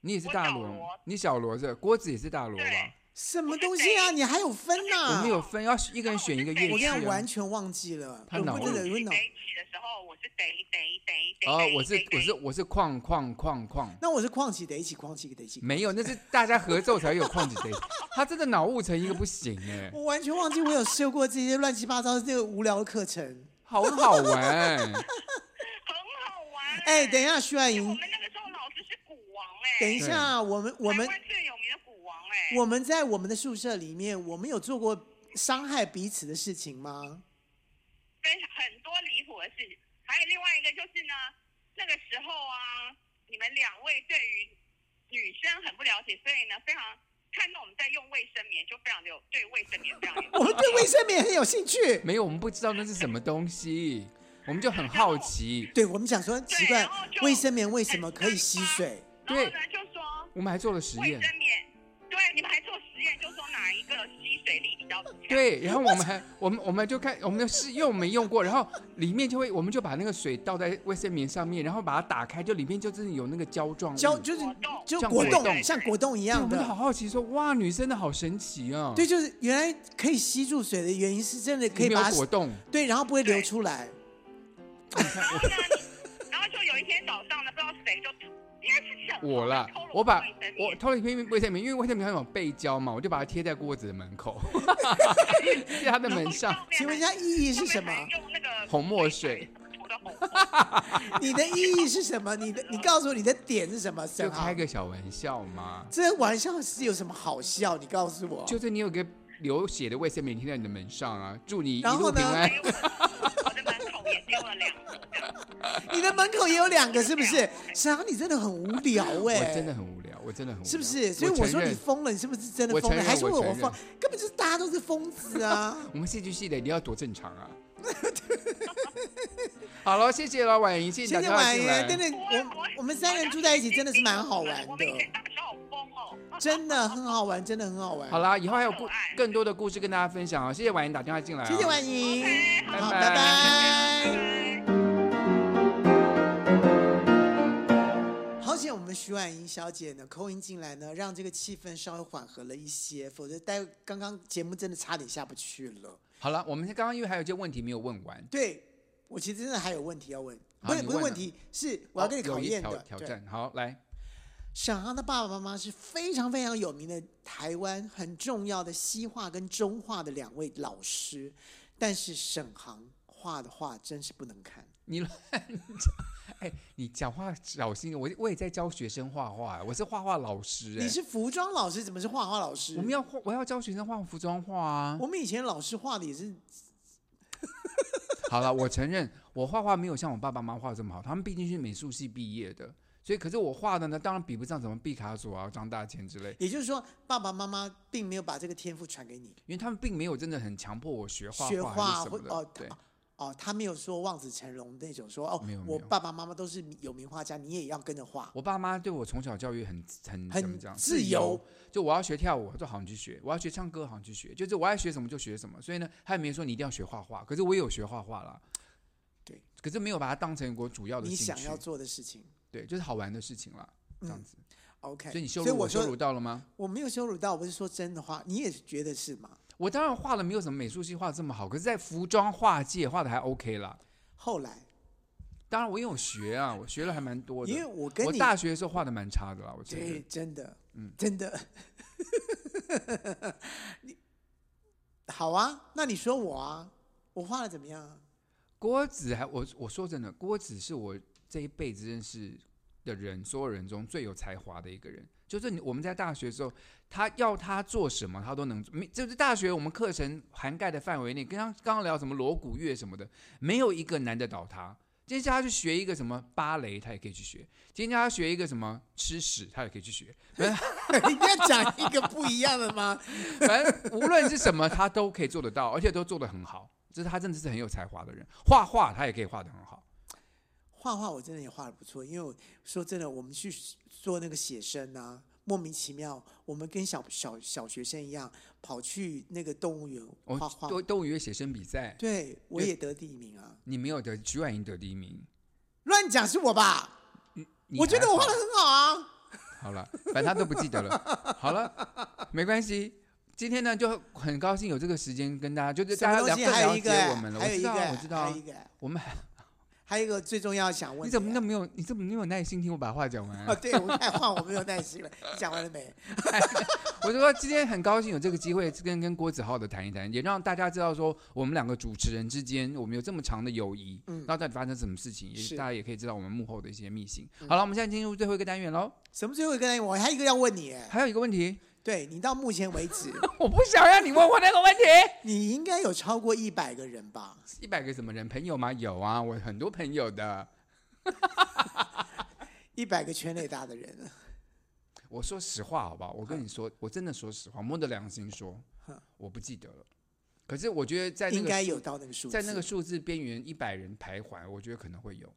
[SPEAKER 2] 你也是
[SPEAKER 5] 我
[SPEAKER 2] 大
[SPEAKER 5] 小
[SPEAKER 2] 罗
[SPEAKER 5] 罗，
[SPEAKER 2] 你小罗是吧郭子也是大罗吧
[SPEAKER 5] 对？
[SPEAKER 3] 什么东西啊？你还有分
[SPEAKER 2] 我
[SPEAKER 3] 呐、
[SPEAKER 2] 们有分，要一个人选一个乐
[SPEAKER 3] 我跟
[SPEAKER 2] 器
[SPEAKER 3] 你
[SPEAKER 2] 啊。
[SPEAKER 3] 讲，完全忘记了。哎
[SPEAKER 2] 他
[SPEAKER 3] 我
[SPEAKER 2] 脑
[SPEAKER 3] 不
[SPEAKER 5] 我
[SPEAKER 3] 真
[SPEAKER 2] 子
[SPEAKER 3] 的会
[SPEAKER 5] 们
[SPEAKER 3] 脑
[SPEAKER 5] 在。一起的时候，我是得得得得。
[SPEAKER 2] 哦
[SPEAKER 5] 得，
[SPEAKER 2] 我是
[SPEAKER 5] 得
[SPEAKER 2] 我是
[SPEAKER 5] 得
[SPEAKER 2] 我是框框框框，
[SPEAKER 3] 那我是旷起得一起，旷起得一起。
[SPEAKER 2] 没有，那是大家合奏才有框子的。他真的脑雾成一个不行哎，
[SPEAKER 3] 我完全忘记我有修过这些乱七八糟这个无聊的课程。
[SPEAKER 2] 好好玩。
[SPEAKER 5] 很好玩。
[SPEAKER 3] 哎，等一下，徐婉
[SPEAKER 5] 我
[SPEAKER 3] 莹，
[SPEAKER 5] 们那个时候老师是股王哎、
[SPEAKER 3] 等一下，我们我们
[SPEAKER 5] 台湾最有名的股王哎、
[SPEAKER 3] 我们在我们的宿舍里面，我们有做过伤害彼此的事情吗？
[SPEAKER 5] 非常很多离谱的事情。还有另外一个就是呢，那个时候啊，你们两位对于女生很不了解，所以呢，非常看到我们在用卫生棉，就非常的有对卫生棉非 常有。
[SPEAKER 3] 我们对卫生棉很有兴趣。
[SPEAKER 2] 没有，我们不知道那是什么东西，我们就很好奇。
[SPEAKER 3] 对，我们想说奇
[SPEAKER 5] 对
[SPEAKER 3] 怪
[SPEAKER 5] 然后，就哎
[SPEAKER 3] 卫生棉为什么可以吸水？
[SPEAKER 5] 然后呢，就说
[SPEAKER 2] 我们还做了实
[SPEAKER 5] 卫
[SPEAKER 2] 验，
[SPEAKER 5] 生棉，对，你们还做实验，就说哪一个吸水力比较强。
[SPEAKER 2] 对，然后我们还我们我们就看我们是因为我们没用过，然后里面就会我们就把那个水倒在卫生棉上面，然后把它打开，就里面就真的有那个胶状物。
[SPEAKER 3] 胶就是
[SPEAKER 5] 哎果冻
[SPEAKER 3] 就
[SPEAKER 2] 像
[SPEAKER 3] 果
[SPEAKER 2] 果
[SPEAKER 3] 冻，
[SPEAKER 2] 冻
[SPEAKER 3] 像果冻一
[SPEAKER 2] 对，
[SPEAKER 3] 样
[SPEAKER 2] 我们就
[SPEAKER 3] 的。
[SPEAKER 2] 好好奇说，哇，女生的好神奇啊！
[SPEAKER 3] 对，，就是原来可以吸住水的原因是真的可以
[SPEAKER 2] 里面
[SPEAKER 3] 把
[SPEAKER 2] 有果
[SPEAKER 3] 它
[SPEAKER 2] 冻。
[SPEAKER 3] 对，然后不会流出来。
[SPEAKER 5] 然后呢，然后就有一天早上呢，不知道谁就应该是小
[SPEAKER 2] 我啦
[SPEAKER 5] 偷了，
[SPEAKER 2] 我把
[SPEAKER 5] 卫生棉
[SPEAKER 2] 我偷了一片卫生棉，因为卫生棉上有背胶嘛，我就把它贴在锅子的门 口，贴它的门 上。
[SPEAKER 3] 请问一下，意义是什么？
[SPEAKER 5] 用那个
[SPEAKER 2] 红墨水
[SPEAKER 5] 涂的红 墨。
[SPEAKER 3] 你的意义是什么？你的你告诉我你的点是什么？
[SPEAKER 2] 就
[SPEAKER 3] 沈
[SPEAKER 2] 开
[SPEAKER 3] 航，
[SPEAKER 2] 个小玩笑嘛，
[SPEAKER 3] 这玩笑是有什么好笑？你告诉我。
[SPEAKER 2] 就是你有个流血的卫生棉贴在你的门上啊，祝你一
[SPEAKER 3] 然
[SPEAKER 2] 路
[SPEAKER 3] 后呢
[SPEAKER 2] 平安
[SPEAKER 5] 还。有我的门口也丢了两个，
[SPEAKER 3] 你的门口也有两个，是不 是？沈航，你真的很无聊哎、
[SPEAKER 2] 我真的很无聊，我真的很无聊
[SPEAKER 3] 是不是？所以我
[SPEAKER 2] 承
[SPEAKER 3] 说
[SPEAKER 2] 认
[SPEAKER 3] 你疯了，你是不是真的
[SPEAKER 2] 我
[SPEAKER 3] 疯了？
[SPEAKER 2] 承认
[SPEAKER 3] 还是
[SPEAKER 2] 我
[SPEAKER 3] 我
[SPEAKER 2] 承
[SPEAKER 3] 疯？根本就是大家都是疯子啊！
[SPEAKER 2] 我们戏剧系的一定要多正常啊。 好了，谢谢老婉莹，谢
[SPEAKER 3] 谢
[SPEAKER 2] 谢大
[SPEAKER 3] 谢
[SPEAKER 2] 家的
[SPEAKER 3] 婉莹
[SPEAKER 2] 进来。，
[SPEAKER 3] 真的，我我们三人住在一起真的是蛮好玩
[SPEAKER 5] 我们以前
[SPEAKER 3] 的，
[SPEAKER 5] 大学好疯哦，
[SPEAKER 3] 真的很好玩，真的很好玩。
[SPEAKER 2] 好啦，以后还有故
[SPEAKER 5] 好可爱
[SPEAKER 2] 更多的故事跟大家分享啊！谢谢婉莹打电话进来、啊，
[SPEAKER 3] 谢谢婉莹，
[SPEAKER 5] OK，
[SPEAKER 3] 好，拜
[SPEAKER 2] 拜拜
[SPEAKER 3] 拜。
[SPEAKER 5] 拜。
[SPEAKER 3] 好险，我们徐婉莹小姐呢扣音进来呢，让这个气氛稍微缓和了一些，否则待会刚刚节目真的差点下不去了。
[SPEAKER 2] 好了，我们刚刚因为还有一些问题没有问完，
[SPEAKER 3] 对，我其实真的还有问题要问，
[SPEAKER 2] 好
[SPEAKER 3] 不是
[SPEAKER 2] 你
[SPEAKER 3] 不是
[SPEAKER 2] 问
[SPEAKER 3] 问
[SPEAKER 2] 啊
[SPEAKER 3] 题，是我要跟你
[SPEAKER 2] 哦有
[SPEAKER 3] 考
[SPEAKER 2] 一
[SPEAKER 3] 验
[SPEAKER 2] 挑
[SPEAKER 3] 的
[SPEAKER 2] 挑
[SPEAKER 3] 对
[SPEAKER 2] 战。好，来，
[SPEAKER 3] 沈航的爸爸妈妈是非常非常有名的台湾很重要的西画跟中画的两位老师，但是沈航画的画真是不能看。
[SPEAKER 2] 你乱 讲，哎，你讲话小心！我我也在教学生画画，我是画画老师、哎，
[SPEAKER 3] 你是服装老师，怎么是画画老师？
[SPEAKER 2] 我们要画，我要教学生画服装画啊
[SPEAKER 3] 我。们以前老师画的也是，
[SPEAKER 2] 好了，我承认我画画没有像我爸爸妈妈画得这么好，他们毕竟是美术系毕业的，所以可是我画的呢，当然比不上什么毕卡索啊、张大千之类，
[SPEAKER 3] 也就是说爸爸妈妈并没有把这个天赋传给你，
[SPEAKER 2] 因为他们并没有真的很强迫我学画
[SPEAKER 3] 学
[SPEAKER 2] 画还
[SPEAKER 3] 画
[SPEAKER 2] 是什
[SPEAKER 3] 或
[SPEAKER 2] 么的。
[SPEAKER 3] 哦
[SPEAKER 2] 对，
[SPEAKER 3] 他哦，他没有说望子成龙那种说哦
[SPEAKER 2] 没有，没
[SPEAKER 3] 我
[SPEAKER 2] 有
[SPEAKER 3] 爸爸妈妈都是有名画家，你也要跟着画。
[SPEAKER 2] 我爸妈对我从小教育很很
[SPEAKER 3] 很
[SPEAKER 2] 怎么讲
[SPEAKER 3] 自由，
[SPEAKER 2] 就我要学跳舞，就好你去学；我要学唱歌，好你去学。就是我爱学什么就学什么。所以呢，他也没说你一定要学画画，可是我也有学画画啦。
[SPEAKER 3] 对，
[SPEAKER 2] 可是没有把它当成我主要的
[SPEAKER 3] 你
[SPEAKER 2] 兴趣。
[SPEAKER 3] 想要嗯做的事情
[SPEAKER 2] 对，就是好玩的事情啦，这样子。
[SPEAKER 3] ，OK。
[SPEAKER 2] 所以你羞
[SPEAKER 3] 所以
[SPEAKER 2] 辱
[SPEAKER 3] 我
[SPEAKER 2] 我
[SPEAKER 3] 说
[SPEAKER 2] 羞辱到了吗？
[SPEAKER 3] 我没有羞辱到，我是说真的话，你也觉得是吗？
[SPEAKER 2] 我当然画的没有什么美术系画的这么好，可是，在服装画界画的还 OK 啦。
[SPEAKER 3] 后来，
[SPEAKER 2] 当然我也有学啊，我学了还蛮多的。
[SPEAKER 3] 因为我跟
[SPEAKER 2] 我
[SPEAKER 3] 你
[SPEAKER 2] 大学的时候画的蛮差的啦，我承
[SPEAKER 3] 对，
[SPEAKER 2] 认。
[SPEAKER 3] 真的，嗯，真的， 你好啊，那你说我啊，我画的怎么样啊？
[SPEAKER 2] 郭子还我我说真的，郭子是我这一辈子认识的人，所有人中最有才华的一个人。就是你我们在大学的时候，他要他做什么，他都能做。没，就是大学我们课程涵盖的范围内，跟刚刚刚聊什么锣鼓乐什么的，没有一个难得倒他。今天叫他去学一个什么芭蕾，他也可以去学；今天叫他学一个什么吃屎，他也可以去学。
[SPEAKER 3] 你要讲一个不一样的吗？
[SPEAKER 2] 反正无论是什么，他都可以做得到，而且都做得很好。就是他真的是很有才华的人，画画他也可以画得很好。
[SPEAKER 3] 画画我真的也画的不错，因为我说真的，我们去做那个写生啊，莫名其妙，我们跟小小小学生一样跑去那个动物园
[SPEAKER 2] 我
[SPEAKER 3] 画画。
[SPEAKER 2] 动动物园写生比赛，
[SPEAKER 3] 对，我
[SPEAKER 2] 哦对
[SPEAKER 3] 也得第一名啊！
[SPEAKER 2] 你没有得，徐婉莹得第一名。
[SPEAKER 3] 乱讲是我吧？
[SPEAKER 2] 你
[SPEAKER 3] 我觉得
[SPEAKER 2] 还
[SPEAKER 3] 我画
[SPEAKER 2] 好
[SPEAKER 3] 的很好啊。
[SPEAKER 2] 好了，反正他都不记得了。 好了，没关系。今天呢，就很高兴有这个时间跟大家，就是
[SPEAKER 3] 什
[SPEAKER 2] 大
[SPEAKER 3] 么
[SPEAKER 2] 家
[SPEAKER 3] 东西
[SPEAKER 2] 了更
[SPEAKER 3] 还有
[SPEAKER 2] 了
[SPEAKER 3] 一
[SPEAKER 2] 解
[SPEAKER 3] 个欸，
[SPEAKER 2] 我们了。
[SPEAKER 3] 还
[SPEAKER 2] 我
[SPEAKER 3] 有一
[SPEAKER 2] 知
[SPEAKER 3] 个
[SPEAKER 2] 道
[SPEAKER 3] 欸，
[SPEAKER 2] 啊，我知
[SPEAKER 3] 还
[SPEAKER 2] 道啊
[SPEAKER 3] 有一。个欸，
[SPEAKER 2] 我们还
[SPEAKER 3] 还有一个最重要想问，
[SPEAKER 2] 你怎么
[SPEAKER 3] 么？
[SPEAKER 2] 那么没有？你怎么没有耐心听我把话讲完啊、
[SPEAKER 3] 哦，对我太晃，我没有耐心了。你讲完了没？
[SPEAKER 2] 我就说今天很高兴有这个机会跟跟郭子浩的谈一谈，也让大家知道说我们两个主持人之间我们有这么长的友谊，
[SPEAKER 3] 嗯
[SPEAKER 2] 那到底发生什么事情，也
[SPEAKER 3] 是嗯
[SPEAKER 2] 大家也可以知道我们幕后的一些秘辛。好了，我们现在进入最后一个单元喽。
[SPEAKER 3] 什么最后一个单元？我还有一个要问你欸，
[SPEAKER 2] 还有一个问题，
[SPEAKER 3] 对你到目前为止，
[SPEAKER 2] 我不想让你问我那个问题。
[SPEAKER 3] 你应该有超过一百个人吧？
[SPEAKER 2] 一百个什么人？朋友吗？有啊，我很多朋友的。
[SPEAKER 3] 一百个圈内大的人，
[SPEAKER 2] 我说实话，好不好？我跟你说，我真的说实话，摸着良心说
[SPEAKER 3] 哼，
[SPEAKER 2] 我不记得了。可是我觉得在那
[SPEAKER 3] 应该
[SPEAKER 2] 个
[SPEAKER 3] 有到那个数字。
[SPEAKER 2] 在那个数字边缘一百人徘徊，我觉得可能会有，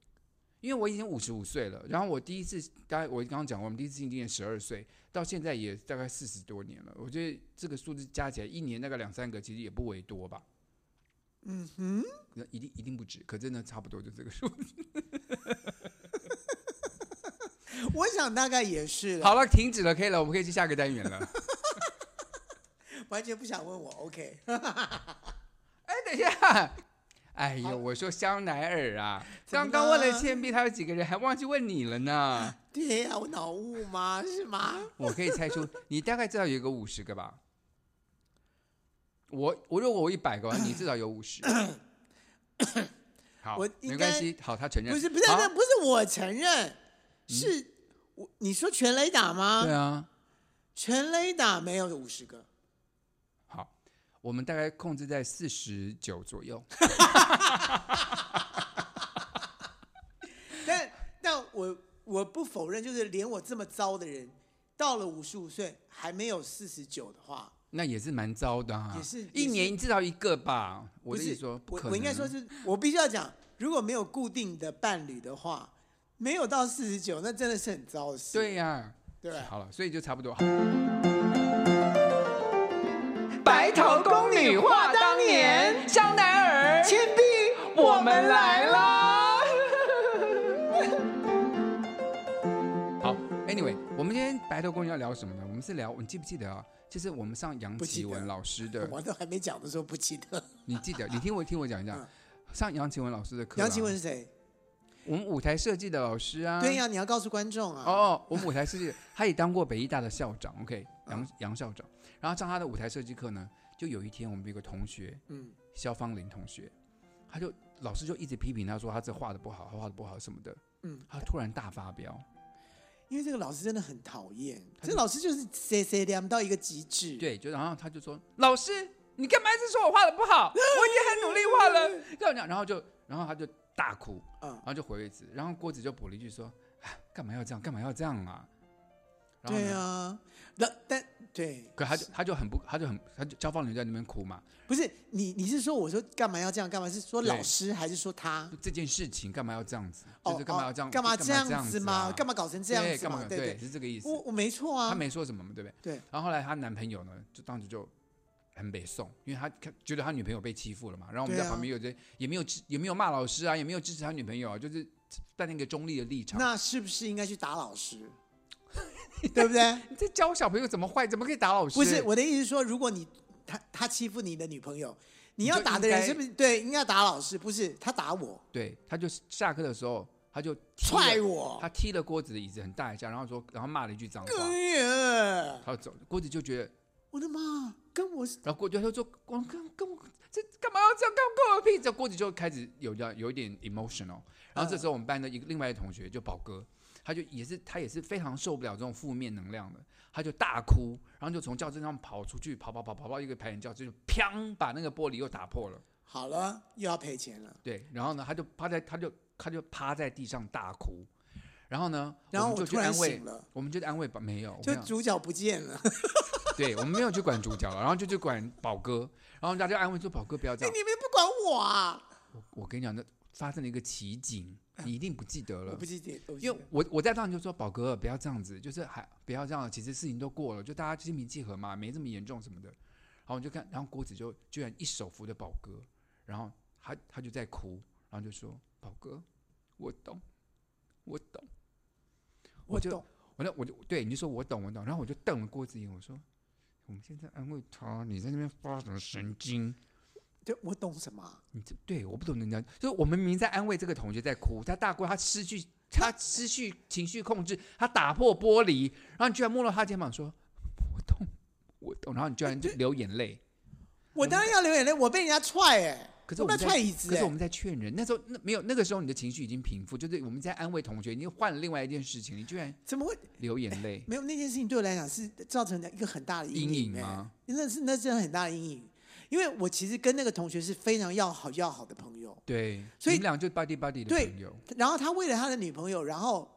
[SPEAKER 2] 因为我已经五十五岁了。然后我第一次，大概我刚刚讲过，我们第一次进店十二岁，到现在也大概四十多年了。我觉得这个数字加起来一年大概两三个，其实也不为多吧。
[SPEAKER 3] 嗯哼，
[SPEAKER 2] 那一定一定不止，可真的差不多就这个数。
[SPEAKER 3] 我想大概也是。
[SPEAKER 2] 好，了，停止了，可以了，我们可以去下个单元 了。
[SPEAKER 3] 完全不想问我。OK，
[SPEAKER 2] 哎，等一下。哎
[SPEAKER 3] 好
[SPEAKER 2] 呦，我说香奈儿啊，
[SPEAKER 3] 怎么
[SPEAKER 2] 刚刚问了
[SPEAKER 3] 了
[SPEAKER 2] 倩碧她有几个人，还忘记问你了呢。
[SPEAKER 3] 对呀、我脑雾吗？是吗？
[SPEAKER 2] 我可以猜出，你大概至少有个五十个吧。我我如果我一百个，你至少有五十。好
[SPEAKER 3] 我，应
[SPEAKER 2] 没关
[SPEAKER 3] 该
[SPEAKER 2] 系，好，他承认
[SPEAKER 3] 不是，不是，
[SPEAKER 2] 好嗯
[SPEAKER 3] 那不是我承认，是我你说全雷打吗？
[SPEAKER 2] 对啊。
[SPEAKER 3] 全雷打没有五十个，
[SPEAKER 2] 好，我们大概控制在四十九左右。
[SPEAKER 3] 但但我我不否认，就是连我这么糟的人，到了五十五岁还没有四十九的话，
[SPEAKER 2] 那也是蛮糟的、啊，
[SPEAKER 3] 也是也
[SPEAKER 2] 一
[SPEAKER 3] 是
[SPEAKER 2] 年至少一个吧。我
[SPEAKER 3] 不
[SPEAKER 2] 的意
[SPEAKER 3] 是
[SPEAKER 2] 思说，不
[SPEAKER 3] 我
[SPEAKER 2] 可能啊
[SPEAKER 3] 我应该说是，我必须要讲，如果没有固定的伴侣的话，没有到四十九，那真的是很糟的事。
[SPEAKER 2] 对呀、
[SPEAKER 3] 对吧，
[SPEAKER 2] 好了，所以就差不多。
[SPEAKER 1] 白头宫女话当年，香奈儿、倩碧，我们来啦！
[SPEAKER 2] 好，Anyway，我们今天白头宫女要聊什么呢？我们是聊，你记不记得啊？就是我们上杨
[SPEAKER 3] 不记
[SPEAKER 2] 奇
[SPEAKER 3] 得
[SPEAKER 2] 文老师的，
[SPEAKER 3] 我都还没讲的时候不记得。
[SPEAKER 2] 你记得？你听我听我讲一下
[SPEAKER 3] 嗯，
[SPEAKER 2] 上杨奇文老师的课、啊。
[SPEAKER 3] 杨奇文，是谁？
[SPEAKER 2] 我们舞台设计的老师啊。
[SPEAKER 3] 对呀、你要告诉观众啊。
[SPEAKER 2] 哦，我们舞台设计，他也当过北艺大的校长，OK，杨、
[SPEAKER 3] 嗯
[SPEAKER 2] 杨校长。然后上他的舞台设计课呢，就有一天我们有一个同学，
[SPEAKER 3] 嗯，
[SPEAKER 2] 肖芳玲同学，他就老师就一直批评他说他这画的不好，他画的不好什么的。
[SPEAKER 3] 嗯，
[SPEAKER 2] 他突然大发飙。
[SPEAKER 3] 因为这个老师真的很讨厌，
[SPEAKER 2] 他就
[SPEAKER 3] 这老师就是塞塞凉到一个极致。，
[SPEAKER 2] 对，就然后他就说：“老师，你干嘛一直说我画的不好？
[SPEAKER 3] 嗯
[SPEAKER 2] 我已经很努力画了。”跟我讲，然后就然后他就大哭，
[SPEAKER 3] 嗯
[SPEAKER 2] 然，后就回了一次，然后郭子就补了一句说：“啊，干嘛要这样？干嘛要这样啊？”然后
[SPEAKER 3] 对
[SPEAKER 2] 呢，
[SPEAKER 3] 啊，那但对，
[SPEAKER 2] 可他就他就很不，他就很他就焦芳玲在那边哭嘛，
[SPEAKER 3] 不是你，你是说我说干嘛要这样？干嘛是说
[SPEAKER 2] 对
[SPEAKER 3] 老师还是说他
[SPEAKER 2] 就？这件事情干嘛要这样子？
[SPEAKER 3] 哦
[SPEAKER 2] 就是干嘛要这样？
[SPEAKER 3] 哦干嘛
[SPEAKER 2] 就
[SPEAKER 3] 这样子嘛？
[SPEAKER 2] 啊
[SPEAKER 3] 干嘛搞成这样
[SPEAKER 2] 对
[SPEAKER 3] 子
[SPEAKER 2] 干嘛
[SPEAKER 3] 嘛？对
[SPEAKER 2] 是这个意思。
[SPEAKER 3] 我我没错啊。
[SPEAKER 2] 他没说什么嘛，对不对？
[SPEAKER 3] 对。
[SPEAKER 2] 然后后来她男朋友呢，就当时就很北宋，因为他看觉得他女朋友被欺负了嘛。然后我们
[SPEAKER 3] 对啊
[SPEAKER 2] 在旁边有在，也没有支也没有骂老师啊，也没有支持他女朋友啊，就是站在一个中立的立场。
[SPEAKER 3] 那是不是应该去打老 师？对不对？
[SPEAKER 2] 你在教小朋友怎么坏，怎么可以打老师？
[SPEAKER 3] 不是我的意思是说，如果你他他欺负你的女朋友，你
[SPEAKER 2] 你
[SPEAKER 3] 要
[SPEAKER 2] 就
[SPEAKER 3] 打
[SPEAKER 2] 应
[SPEAKER 3] 的人
[SPEAKER 2] 该
[SPEAKER 3] 是不是对？应该打老师，不是他打我，
[SPEAKER 2] 对，他就下课的时候，他就踢了
[SPEAKER 3] 踹，我
[SPEAKER 2] 他。踢了郭子的椅子很大一下，然后说，然后骂了一句脏话，
[SPEAKER 3] 哎呀，
[SPEAKER 2] 他就走了。郭子就觉得，
[SPEAKER 3] 我的妈，跟我是
[SPEAKER 2] 然后郭子就说，我跟跟我这干嘛要这样，干我关我屁事。郭子就开始有点有一点 emotional。然后这时候我们班的一个另外一个同学就宝哥，他就也是他也是非常受不了这种负面能量的，他就大哭，然后就从轿车上跑出去，跑跑跑跑到一个排练教室，就砰把那个玻璃又打破了。
[SPEAKER 3] 好了，又要赔钱了。
[SPEAKER 2] 对，然后呢，他就趴在，他就他就趴在地上大哭，然后呢，
[SPEAKER 3] 然后
[SPEAKER 2] 我们
[SPEAKER 3] 我
[SPEAKER 2] 就去
[SPEAKER 3] 突然
[SPEAKER 2] 安慰
[SPEAKER 3] 醒，了，
[SPEAKER 2] 我们就去安慰吧，没有，我
[SPEAKER 3] 就
[SPEAKER 2] 跟你讲
[SPEAKER 3] 主角不见了。
[SPEAKER 2] 对我们没有去管主角了，然后就去管宝哥，然后大家就安慰说宝哥不要
[SPEAKER 3] 哎，
[SPEAKER 2] 这样，
[SPEAKER 3] 你们不管我啊！
[SPEAKER 2] 我跟你讲，那发生了一个奇景，你一定不记得
[SPEAKER 3] 哎我
[SPEAKER 2] 了
[SPEAKER 3] 不。记得，我不记
[SPEAKER 2] 因
[SPEAKER 3] 得
[SPEAKER 2] 为我我在当时就说宝哥不要这样子，就是还不要这样，其实事情都过了，就大家心平气和嘛，没这么严重什么的。然后我就看，然后郭子就居然一手扶着宝哥，然后他他就在哭，然后就说宝哥，我懂，我懂，
[SPEAKER 3] 我
[SPEAKER 2] 就
[SPEAKER 3] 懂，
[SPEAKER 2] 我那我就对你就说我懂我懂，然后我就瞪了郭子英，我说我们现在安慰他，你在那边发什么神经？
[SPEAKER 3] 对我懂什么啊？
[SPEAKER 2] 你这对我不懂人家，就是我们明明在安慰这个同学在哭，他大哭，他失去他失去情绪控制，他打破玻璃，然后你居然摸到他肩膀说：“我懂，我懂。”然后你居 然就流眼泪。
[SPEAKER 3] 我当然要流眼泪，我被人家踹哎，
[SPEAKER 2] 可是
[SPEAKER 3] 我被
[SPEAKER 2] 我们
[SPEAKER 3] 他踹
[SPEAKER 2] 在
[SPEAKER 3] 椅子
[SPEAKER 2] 可是我
[SPEAKER 3] 哎，
[SPEAKER 2] 们在劝人，那时候那没有那个时候你的情绪已经平复，就是我们在安慰同学，你又换了另外一件事情，你居然
[SPEAKER 3] 怎么会？
[SPEAKER 2] 流眼泪。
[SPEAKER 3] 没有那件事情对我来讲是造成了一个很大的
[SPEAKER 2] 阴
[SPEAKER 3] 影
[SPEAKER 2] 影
[SPEAKER 3] 哎
[SPEAKER 2] 吗
[SPEAKER 3] 那是那真的很大的阴影，因为我其实跟那个同学是非常要好要好的朋友，
[SPEAKER 2] 对，
[SPEAKER 3] 所以
[SPEAKER 2] 你们俩就 buddy buddy 的
[SPEAKER 3] 对
[SPEAKER 2] 朋友，
[SPEAKER 3] 然后他为了他的女朋友，然后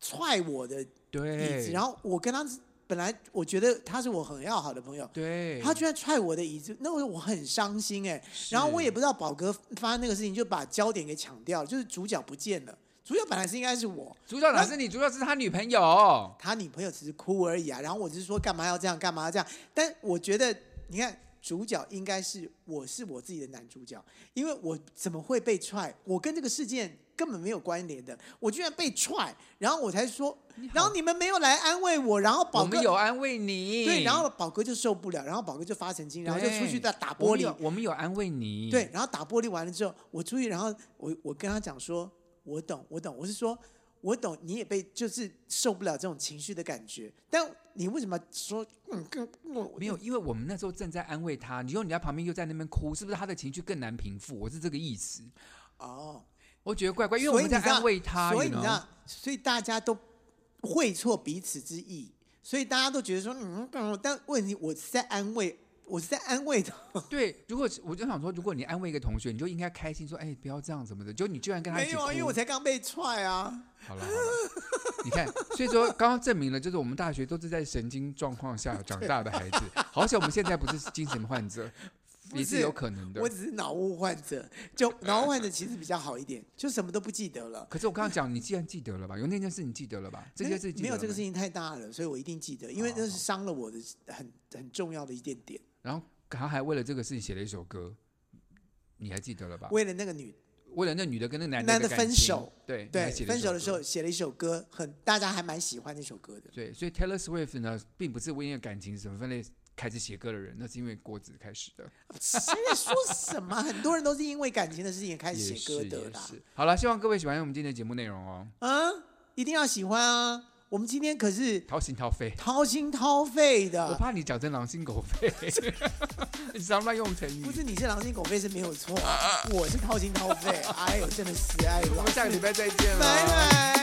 [SPEAKER 3] 踹我的椅
[SPEAKER 2] 对，
[SPEAKER 3] 子，然后我跟他本来我觉得他是我很要好的朋友，
[SPEAKER 2] 对，
[SPEAKER 3] 他居然踹我的椅子，那我我很伤心哎、
[SPEAKER 2] 是
[SPEAKER 3] 然后我也不知道宝哥发生那个事情，就把焦点给抢掉了，就是主角不见了。主角本来是应该是我，
[SPEAKER 2] 主角哪是你，主角是他女朋友。
[SPEAKER 3] 他女朋友只是哭而已啊。然后我只是说干嘛要这样，干嘛要这样。但我觉得，你看主角应该是我是我自己的男主角，因为我怎么会被踹？我跟这个事件根本没有关联的，我居然被踹，然后我才说，然后你们没有来安慰我，然后
[SPEAKER 2] 我
[SPEAKER 3] 宝哥
[SPEAKER 2] 们有安慰你，
[SPEAKER 3] 对，然后宝哥就受不了，然后宝哥就发神经，然后就出去
[SPEAKER 2] 对
[SPEAKER 3] 打打
[SPEAKER 2] 我
[SPEAKER 3] 玻
[SPEAKER 2] 们
[SPEAKER 3] 璃
[SPEAKER 2] 有，我们有安慰你，
[SPEAKER 3] 对，，然后打玻璃完了之后，我出去，然后我我跟他讲说，我懂，我懂，我是说，我懂，你也被就是受不了这种情绪的感觉，但你为什么说嗯跟我
[SPEAKER 2] 没有，因为我们那时候正在安慰他，你说你在旁边又在那边哭，是不是他的情绪更难平复？我是这个意思，
[SPEAKER 3] 哦？
[SPEAKER 2] 我觉得怪怪，因为我
[SPEAKER 3] 所以
[SPEAKER 2] 们
[SPEAKER 3] 你
[SPEAKER 2] 在
[SPEAKER 3] 知道
[SPEAKER 2] 安慰他，
[SPEAKER 3] 所以你知
[SPEAKER 2] know
[SPEAKER 3] 道，所以大家都会错彼此之意，所以大家都觉得说嗯，嗯但问题我是在安慰，我是在安慰他，
[SPEAKER 2] 对，如果是我就想说，如果你安慰一个同学，你就应该开心说，哎，不要这样什么的，就你居然跟他一
[SPEAKER 3] 没
[SPEAKER 2] 起
[SPEAKER 3] 有
[SPEAKER 2] 哭，
[SPEAKER 3] 啊，因为我才刚被踹啊，
[SPEAKER 2] 好了好了，你看，所以说刚刚证明了，就是我们大学都是在神经状况下长大的 孩子，好险我们现在不是精神患 者，
[SPEAKER 3] 不
[SPEAKER 2] 也
[SPEAKER 3] 是
[SPEAKER 2] 是有可能的
[SPEAKER 3] 我。只是脑雾患者，就脑雾患者其实比较好一点，就什么都不记得了。
[SPEAKER 2] 可是我刚刚讲，你既然记得了吧，有那件事你记得了吧？这
[SPEAKER 3] 那
[SPEAKER 2] 件事记
[SPEAKER 3] 没有
[SPEAKER 2] 得
[SPEAKER 3] 这个
[SPEAKER 2] 了
[SPEAKER 3] 事情太大了，所以我一定记得，因为
[SPEAKER 2] 好
[SPEAKER 3] 那是伤了我的很很重要的一点点。
[SPEAKER 2] 然后他还为了这个事情写了一首歌，你还记得了吧？为
[SPEAKER 3] 为了那个女
[SPEAKER 2] 了那女的跟那男
[SPEAKER 3] 男
[SPEAKER 2] 的
[SPEAKER 3] 的
[SPEAKER 2] 感
[SPEAKER 3] 分
[SPEAKER 2] 情
[SPEAKER 3] 手，
[SPEAKER 2] 对哎你
[SPEAKER 3] 对
[SPEAKER 2] 还写了一
[SPEAKER 3] 分手的
[SPEAKER 2] 歌
[SPEAKER 3] 时候写了一首歌，很大家还蛮喜欢那首歌的。
[SPEAKER 2] 对，所以 Taylor Swift 呢，并不是为了感情什么分类开始写歌的人，那是因为郭子开始的，
[SPEAKER 3] 现在说什么？很多人都是因为感情的事情开
[SPEAKER 2] 也
[SPEAKER 3] 始
[SPEAKER 2] 是
[SPEAKER 3] 写歌的
[SPEAKER 2] 也
[SPEAKER 3] 啦。
[SPEAKER 2] 是。好了，希望各位喜欢我们今天的节目内容哦，
[SPEAKER 3] 啊，一定要喜欢啊！我们今天可是
[SPEAKER 2] 掏心掏肺。
[SPEAKER 3] 掏心掏肺
[SPEAKER 2] 我
[SPEAKER 3] 的，
[SPEAKER 2] 怕你讲成狼心狗 肺， 你常乱用成语
[SPEAKER 3] 不。是你是狼心狗肺是没有错，我是掏心掏肺。哎呦，真的是哎呦，
[SPEAKER 2] 我们下个礼拜再见了，
[SPEAKER 3] 拜拜。